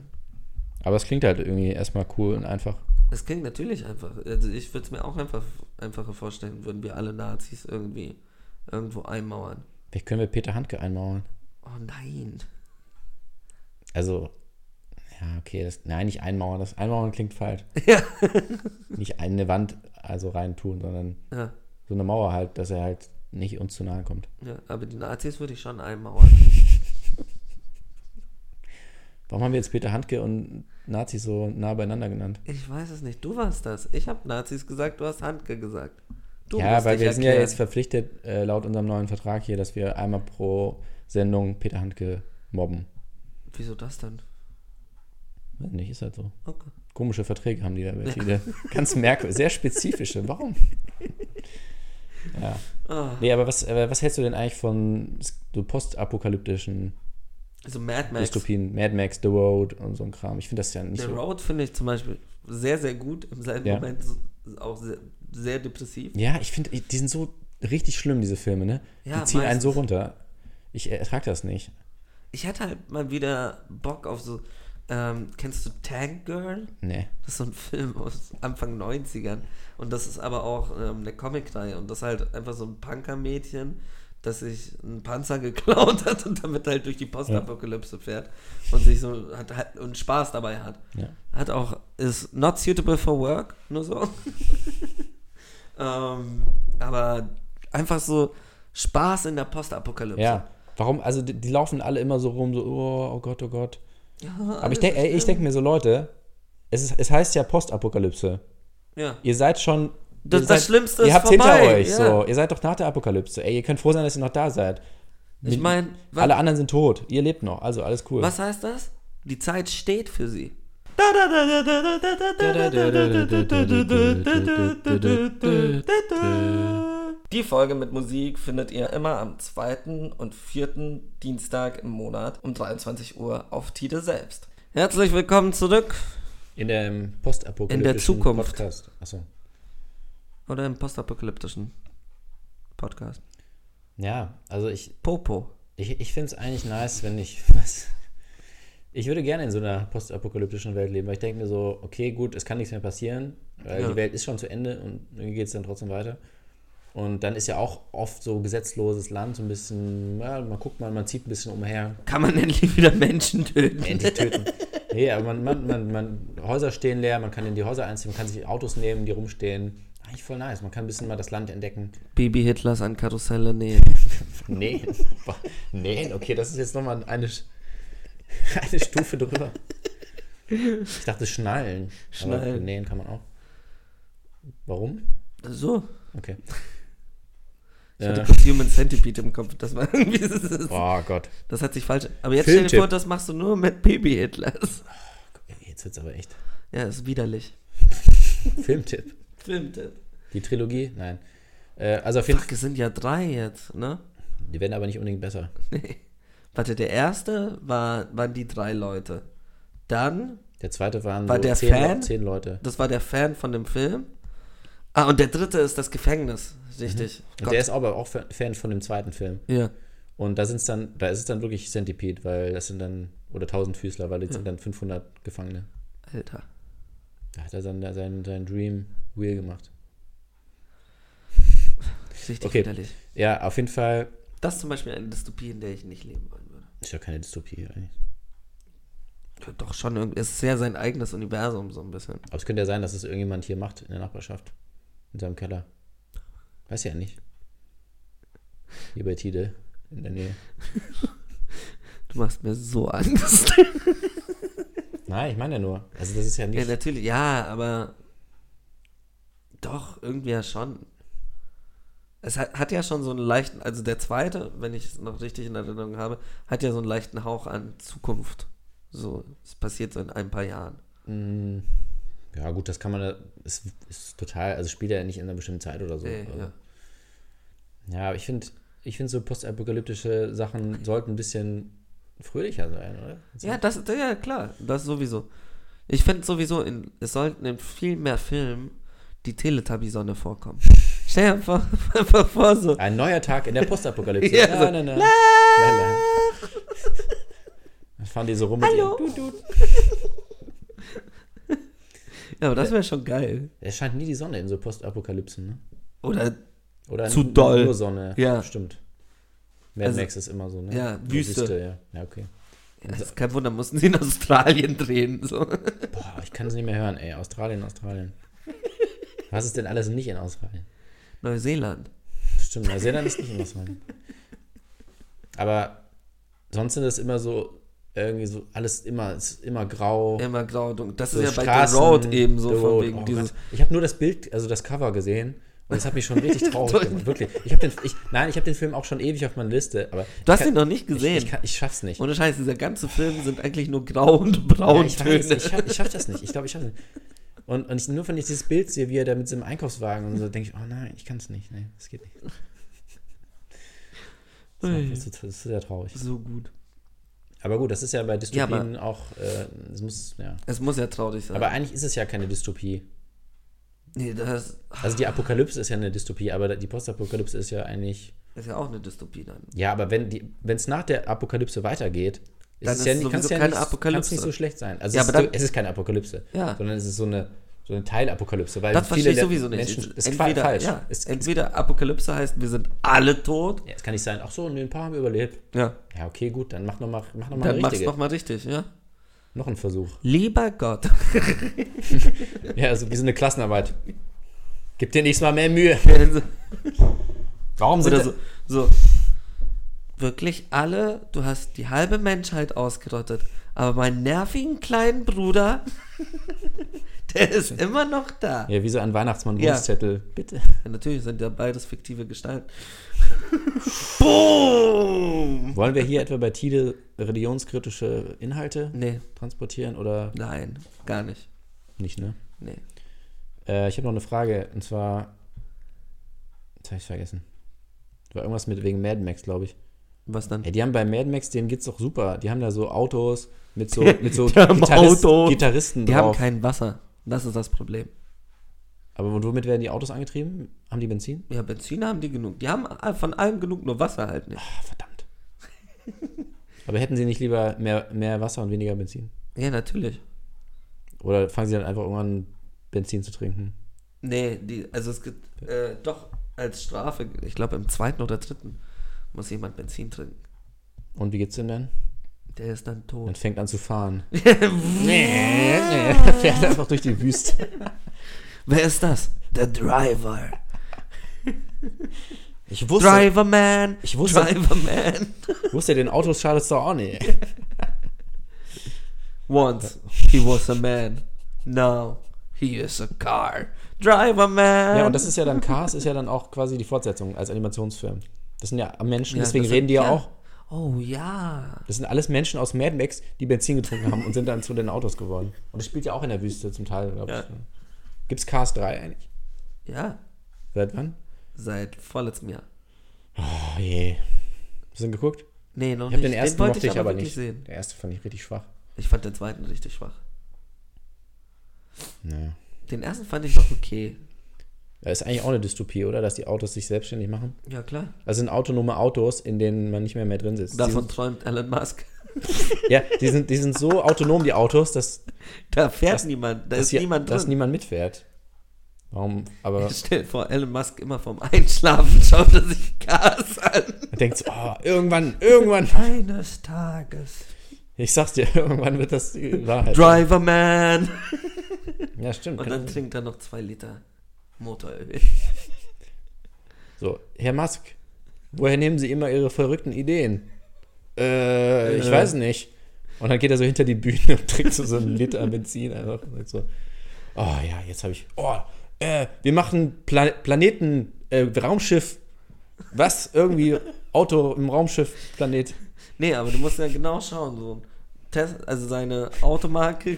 Aber es klingt halt irgendwie erstmal cool und einfach.
Das klingt natürlich einfach. Also ich würde es mir auch einfach, einfacher vorstellen, würden wir alle Nazis irgendwie irgendwo einmauern.
Vielleicht können wir Peter Handke einmauern.
Oh nein.
Also, ja, okay. Das, nein, nicht einmauern. Das Einmauern klingt falsch.
[LAUGHS] Ja.
Nicht eine Wand also reintun, sondern
Ja.
so eine Mauer halt, dass er halt nicht uns zu nahe kommt.
Ja, aber die Nazis würde ich schon einmauern.
Warum haben wir jetzt Peter Handke und Nazis so nah beieinander genannt?
Ich weiß es nicht. Du warst das. Ich habe Nazis gesagt, du hast Handke gesagt. Du
ja,
musst
weil
dich
wir sind ja
erklären.
jetzt verpflichtet, äh, laut unserem neuen Vertrag hier, dass wir einmal pro Sendung Peter Handke mobben.
Wieso das denn?
Weiß nicht, ist halt so.
Okay.
Komische Verträge haben die da welche.
[LAUGHS]
die da- Ganz merkwürdig, sehr spezifische. Warum? ja.
Ah.
Nee, aber was, äh, was hältst du denn eigentlich von so postapokalyptischen
Also Mad Max.
Dystopien? Mad Max, The Road und so ein Kram. Ich finde das ja nicht
The
so.
Road finde ich zum Beispiel sehr, sehr gut. Im selben
Ja.
Moment so- auch sehr, sehr depressiv.
Ja, ich finde, die sind so richtig schlimm, diese Filme, ne?
Ja,
die ziehen einen
meistens.
so runter. Ich ertrage das nicht.
Ich hatte halt mal wieder Bock auf so Ähm, kennst du Tank Girl?
Nee.
Das ist so ein Film aus Anfang 90ern. Und das ist aber auch ähm, eine Comicreihe. Und das ist halt einfach so ein Punker-Mädchen, das sich einen Panzer geklaut hat und damit halt durch die Postapokalypse fährt und sich so hat, hat und Spaß dabei hat.
Ja.
Hat auch, ist not suitable for work, nur so. ähm, aber einfach so Spaß in der Postapokalypse.
Ja. Warum? Also die, die laufen alle immer so rum, so, oh, oh Gott, oh Gott. Aber ich
alles
denke ich denk mir so, Leute, es, ist, es heißt ja Postapokalypse.
Ja.
Ihr seid schon.
Das-
ihr
das Schlimmste ist
Ihr habt
vorbei,
hinter euch.
ja.
So. Ihr seid doch nach der Apokalypse. Ey, ihr könnt froh sein, dass ihr noch da seid.
Ich mein, wa-
alle anderen sind tot. Ihr lebt noch. Also alles cool.
Was heißt das? Die Zeit steht für sie. Die Folge mit Musik findet ihr immer am zweiten und vierten Dienstag im Monat um 23 Uhr auf Tide selbst. Herzlich willkommen zurück
In der ähm, postapokalyptischen
In der Zukunft.
Podcast. Achso.
oder im postapokalyptischen Podcast.
Ja, also ich,
Popo.
ich, ich finde es eigentlich nice, wenn ich [LAUGHS] was. Ich würde gerne in so einer postapokalyptischen Welt leben, weil ich denke mir so, okay, gut, es kann nichts mehr passieren, weil
Ja.
die Welt ist schon zu Ende und irgendwie geht es dann trotzdem weiter. Und dann ist ja auch oft so gesetzloses Land, so ein bisschen, ja, man guckt mal, man zieht ein bisschen umher,
Kann man endlich wieder Menschen töten?
endlich töten. Nee, aber man, man, man, man, Häuser stehen leer, man kann in die Häuser einziehen, man kann sich Autos nehmen, die rumstehen. Eigentlich voll nice, man kann ein bisschen mal das Land entdecken.
Baby Hitlers an Karusselle nähen.
Nähen. Boah, Nähen, okay, das ist jetzt nochmal eine, Sch- eine Stufe drüber. Ich dachte Schnallen. Aber
Schnallen.
nähen kann man auch. Warum?
So.
Okay.
Ich hatte
Äh,
kurz Human Centipede im Kopf. Das war irgendwie. [LAUGHS]
oh Gott.
Das hat sich falsch. Aber jetzt stell dir
Filmtipp.
vor, das machst du nur mit Baby Hitlers.
Jetzt wird's aber echt.
Ja, ist widerlich.
Filmtipp.
Filmtipp.
Die Trilogie? Nein. Äh, also auf jeden
Fuck, es sind ja drei jetzt, ne?
Die werden aber nicht unbedingt besser.
Warte, der erste war, waren die drei Leute. Dann,
Der zweite waren
War
so
der
zehn, Le-
Fan?
zehn Leute.
das war der Fan von dem Film. Ah, und der dritte ist das Gefängnis. Richtig.
Mhm. Und der ist aber auch Fa- Fan von dem zweiten Film.
ja.
Und da sind's dann, da ist es dann wirklich Centipede, weil das sind dann, oder 1000 Füßler, weil die sind dann 500 Gefangene.
Alter.
Da hat er dann da sein, sein Dream Wheel gemacht.
Richtig
Okay.
widerlich.
Ja, auf jeden Fall.
Das ist zum Beispiel eine Dystopie, in der ich nicht leben wollen würde.
Ist ja keine Dystopie eigentlich.
Ja, Doch schon irgendwie. Es ist sehr sein eigenes Universum, so ein bisschen.
Aber es könnte ja sein, dass es irgendjemand hier macht in der Nachbarschaft. In seinem Keller. Weiß ja nicht. Hier bei Tide in der Nähe.
Du machst mir so [LAUGHS] Angst.
Nein, ich meine ja nur. Also das ist ja
Ja,
nicht.
natürlich, ja, aber doch, irgendwie ja schon. Es hat, hat ja schon so einen leichten, also der zweite, wenn ich es noch richtig in Erinnerung habe, hat ja so einen leichten Hauch an Zukunft. So, es passiert so in ein paar Jahren.
Mm, ja, gut, das kann man. ja- Es ist total. Also spielt ja nicht in einer bestimmten Zeit oder so.
Äh,
Also-
ja.
Ja, aber ich finde, ich finde so postapokalyptische Sachen sollten ein bisschen fröhlicher sein, oder?
ja, das ist ja klar, das sowieso. Ich finde sowieso, in, es sollten in viel mehr Filmen die Teletubby-Sonne [LAUGHS] vorkommen. Stell dir einfach, einfach vor, [LAUGHS] so.
Ein neuer Tag in der Postapokalypse.
[LAUGHS] Ja,
La,
so.
la, la. La, la. Dann fahren die so rum mit
Hallo.
ihren Dut, Dut.
Ja, aber das wäre schon geil.
Es scheint nie die Sonne in so Postapokalypsen, ne?
Oder
Oder
Zu
nur-
doll.
nur Sonne.
Ja.
Stimmt. Mad
Also-
Max ist immer so, ne?
ja,
Nur
Wüste.
ja. ja, okay.
Das ist kein Wunder, mussten sie in Australien drehen. So.
Boah, ich kann es nicht mehr hören, ey. Australien, Australien. Was ist denn alles nicht in Australien?
Neuseeland.
Stimmt, Neuseeland ist nicht in Australien. Aber sonst sind das immer so, irgendwie so, alles immer, ist immer grau.
Immer grau und dunkel. Das
Oh. So
ist ja bei
Straßen,
The Road eben so
The
von
Road,
wegen
oh
dieses.
Gott. Ich habe nur das Bild, also das Cover gesehen und das hat mich schon
[LAUGHS]
richtig traurig gemacht. Wirklich. Ich habe den, ich, nein, ich habe den Film auch schon ewig auf meiner Liste, aber
Du hast
ich kann-
ihn noch nicht gesehen.
Ich, ich, kann, ich schaff's nicht.
Ohne Scheiß, dieser ganze Film sind eigentlich nur grau und braun
Ja, ich, weiß,
Töne.
ich, schaff, ich schaff das nicht. Ich glaube, ich schaff das nicht. Und, und ich, nur wenn ich dieses Bild sehe, wie er da mit seinem Einkaufswagen und so, denke ich, oh nein, ich kann es nicht. Nee, das geht
Mhm.
nicht. Das macht- Das ist, das ist sehr traurig.
So gut.
Aber gut, das ist ja bei
aber-
Dystopien auch, äh, es muss, ja.
Es muss ja traurig sein.
Aber eigentlich ist es ja keine Dystopie.
nee, das
Also die Apokalypse ist ja eine Dystopie, aber die Postapokalypse ist ja eigentlich.
ist ja auch eine Dystopie dann.
Ja, aber wenn es nach der Apokalypse weitergeht,
Dann
es
ist
ja
es
nicht-
sowieso
ja
keine
nicht, Kann's
Apokalypse.
nicht so schlecht sein. Also
Ja,
es,
aber
ist,
dann-
es ist keine Apokalypse,
Ja.
sondern es ist so eine, so eine Teilapokalypse, weil
Das verstehe
viele
ich
der
sowieso nicht.
Menschen ist
entweder,
falsch.
Ja,
Ist,
entweder Apokalypse heißt, wir sind alle tot.
ja, es kann nicht sein, ach so, nee, ein paar haben überlebt.
Ja.
Ja, okay, gut, dann mach nochmal mach noch mal
Dann
eine
mach's
richtige. Noch,
nochmal richtig, ja.
einen Versuch.
Lieber [LAUGHS] Gott.
Ja, also wie so eine Klassenarbeit. Gib dir nächstes Mal mehr Mühe.
Also,
Warum sind
Oder
so?
so, so. Wirklich alle, du hast die halbe Menschheit ausgerottet. Aber meinen nervigen kleinen Bruder, [LAUGHS] der ist immer noch da.
Ja, wie so ein Weihnachtsmann
Ja.
Wunschzettel. Bitte.
Ja, natürlich sind ja beides
[LAUGHS]
fiktive Gestalten. Boom!
Wollen wir hier etwa bei Tide religionskritische Inhalte
Nee,
transportieren oder
nein, gar nicht.
nicht, ne?
Nee.
Äh, ich habe noch eine Frage und zwar. Das habe ich vergessen. War irgendwas mit wegen Mad Max, glaube ich.
Was dann?
Ja, die haben bei Mad Max, denen geht's doch super. Die haben da so Autos mit
[LAUGHS]
so, mit so
Die haben Autos.
Gitarristen
Die haben
drauf.
kein Wasser. Das ist das Problem.
Aber und womit werden die Autos angetrieben? Haben die Benzin?
Ja, Benzin haben die genug. Die haben von allem genug, nur Wasser halt nicht.
Ah,
[LAUGHS]
verdammt. Aber hätten sie nicht lieber mehr, mehr Wasser und weniger Benzin?
Ja, natürlich.
Oder fangen sie dann einfach irgendwann an, Benzin zu trinken?
Nee, die, also es gibt äh, doch als Strafe, ich glaube im zweiten oder dritten muss jemand Benzin trinken.
Und wie geht's denn dann?
Der ist dann
Dann
tot.
fängt an zu
[LAUGHS]
fahren. [LAUGHS] nee, nee. Fährt einfach durch die Wüste.
Wer ist das? Der Driver.
Ich wusste,
Driver Man.
Ich wusste-
Driver Man.
[LAUGHS] wusste den Autos schadet es doch auch nicht.
Once he was a man. Now he is a car. Driver Man.
Ja, und das ist ja dann, Cars ist ja dann auch quasi die Fortsetzung als Animationsfilm. Das sind ja Menschen,
Ja,
deswegen
das
reden die ja,
sind-
auch.
Oh ja.
Das sind alles Menschen aus Mad Max, die Benzin getrunken haben und sind dann zu den Autos geworden. Und das spielt ja auch in der Wüste zum Teil, glaube ich.
Ja.
Gibt's Cars 3 eigentlich?
Ja,
Seit wann?
seit vorletztem Jahr.
Oh je. Hast du den geguckt?
Nee, noch
Ich habe den
nicht.
ersten
wollte
mochte ich aber, nicht.
sehen.
Der erste fand ich richtig schwach.
Ich fand den zweiten richtig schwach.
Naja.
Den ersten fand ich noch okay.
Das ist eigentlich auch eine Dystopie, oder? Dass die Autos sich selbstständig machen.
Ja, klar.
Das sind autonome Autos, in denen man nicht mehr mehr drin sitzt.
Davon träumt Elon Musk. [LAUGHS]
Die sind, ja, die sind, die sind so autonom, die Autos, dass,
Da fährt
Das-
niemand, da
dass,
ist
hier-
niemand
dass
drin.
niemand mitfährt. Warum? Aber
Stell dir vor, Elon Musk immer vorm Einschlafen schaut er sich Gas an.
man denkt so, oh, irgendwann, irgendwann.
Eines Tages.
Ich sag's dir, irgendwann wird das die Wahrheit.
Driver Man.
Ja, stimmt.
Und dann trinkt er noch zwei Liter Motoröl.
So, Herr Musk, woher nehmen Sie immer Ihre verrückten Ideen? Äh, ich weiß nicht. Und dann geht er so hinter die Bühne und trinkt so, so einen
[LAUGHS]
Liter Benzin einfach und sagt so, oh ja, jetzt habe ich, oh, äh, wir machen Pla Planeten, äh, Raumschiff, was, irgendwie Auto im Raumschiff, Planet.
Nee, aber du musst ja genau schauen. So. Tesla, also seine Automarke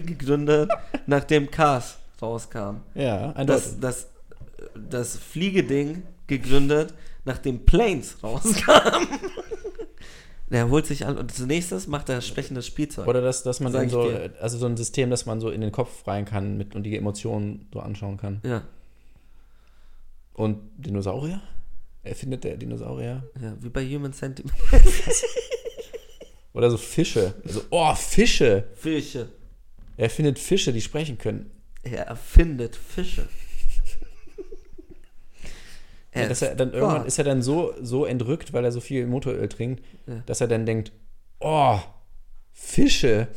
[LAUGHS]
gegründet, nachdem Cars rauskam.
Ja, eindeutig.
Das, das, das Fliegeding gegründet, nachdem Planes rauskam.
[LAUGHS]
Der holt sich an und zunächst macht er sprechendes Spielzeug.
Oder dass, dass man
Sag
dann
ich
so,
dir.
also so ein System, dass man so in den Kopf rein kann mit, und die Emotionen so anschauen kann.
ja,
Und Dinosaurier? Erfindet der Dinosaurier?
ja, wie bei Human Centipede.
Oder so Fische. Also, oh, [LAUGHS] Fische.
Fische.
Er findet Fische, die sprechen können.
Er
[LAUGHS]
erfindet Fische. Er
dass er dann irgendwann
Gott.
ist er dann so, so entrückt, weil er so viel Motoröl trinkt,
Ja.
dass er dann denkt, oh, Fische.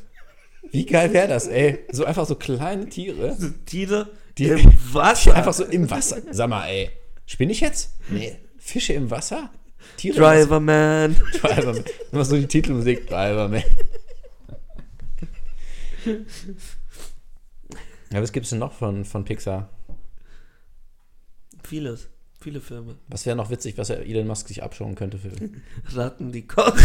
Wie geil wäre das, ey? So einfach so kleine Tiere,
Tiere
Die- [LAUGHS]
im Wasser.
die einfach so im Wasser. Sag mal, ey, spinne ich jetzt? Nee. Fische im Wasser? Tiere im Wasser? [LAUGHS]
Driver Man.
Driver Man. Immer so die Titelmusik, Driver Man. Ja, was gibt es denn noch von, von Pixar?
Vieles. Viele Filme.
Was wäre noch witzig, was er Elon Musk sich abschauen könnte für.
Ratten, die kochen.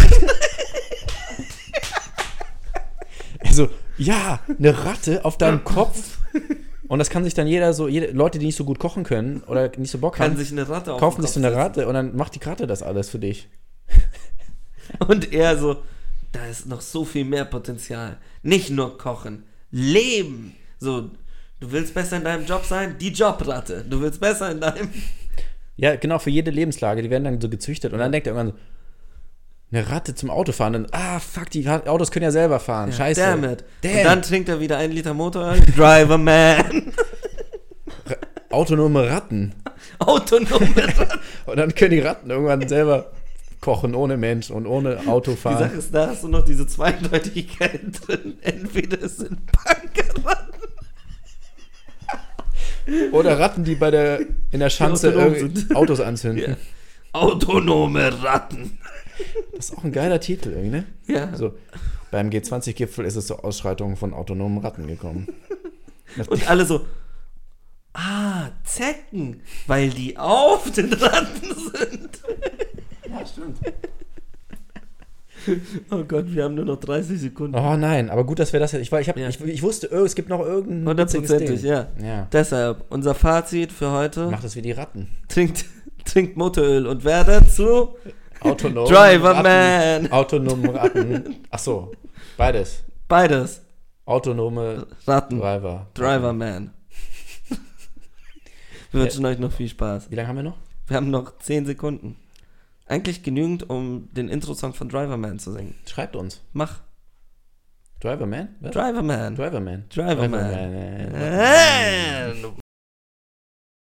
Also, ja, eine Ratte auf deinem Kopf. Und das kann sich dann jeder so, jede, Leute, die nicht so gut kochen können oder nicht so Bock
Kann
haben,
sich eine Ratte auf
kaufen
den
sich so
Kopf
eine
setzen.
Ratte und dann macht die Ratte das alles für dich.
Und er so, da ist noch so viel mehr Potenzial. Nicht nur kochen, leben. So, du willst besser in deinem Job sein? Die Jobratte. Du willst besser in deinem.
Ja, genau, für jede Lebenslage. Die werden dann so gezüchtet und dann denkt er irgendwann so, eine Ratte zum Auto fahren, dann, ah, fuck, die Ra- Autos können ja selber fahren. Scheiße.
Damn it.
Damn.
Und dann trinkt er wieder einen Liter Motoröl. [LAUGHS] Driver Man.
Autonome Ratten. [LAUGHS]
Autonom.
Und dann können die Ratten irgendwann selber kochen, ohne Mensch und ohne Auto
Die
fahren.
Sache ist, da hast du noch diese Zweideutigkeit drin. Entweder es sind Bankratten
Oder Ratten, die bei der, in der Schanze
autonom
irgendwie
sind.
Autos anzünden.
Autonome Ratten.
Das ist auch ein geiler Titel irgendwie, ne?
Ja.
So, beim G20-Gipfel ist es zu Ausschreitungen von autonomen Ratten gekommen.
Und alle so, ah, Zecken, weil die auf den Ratten sind.
Ja, stimmt.
Oh Gott, wir haben nur noch 30 Sekunden.
Oh nein, aber gut, dass wir das jetzt. Ich, war, ich, hab,
Ja.
ich, ich wusste, oh, es gibt noch irgendein.
Hundertprozentig,
witziges Ding.
ja.
Ja.
Deshalb, unser Fazit für heute,
Macht es wie die Ratten.
trinkt, [LAUGHS] trinkt Motoröl und wer dazu?
Autonom.
Driver
Ratten,
Man.
Autonom Ratten.
[LAUGHS]
Ach so, beides.
Beides.
Autonome
Ratten.
Driver.
Driver Man. Wir wünschen euch noch viel Spaß.
Wie lange haben wir noch?
Wir haben noch 10 Sekunden. Eigentlich genügend, um den Intro-Song von Driver Man zu singen.
Schreibt uns.
Mach
Driver Man? Was?
Driver Man.
Driver Man. eh,
Driver Man.
Man.
Man.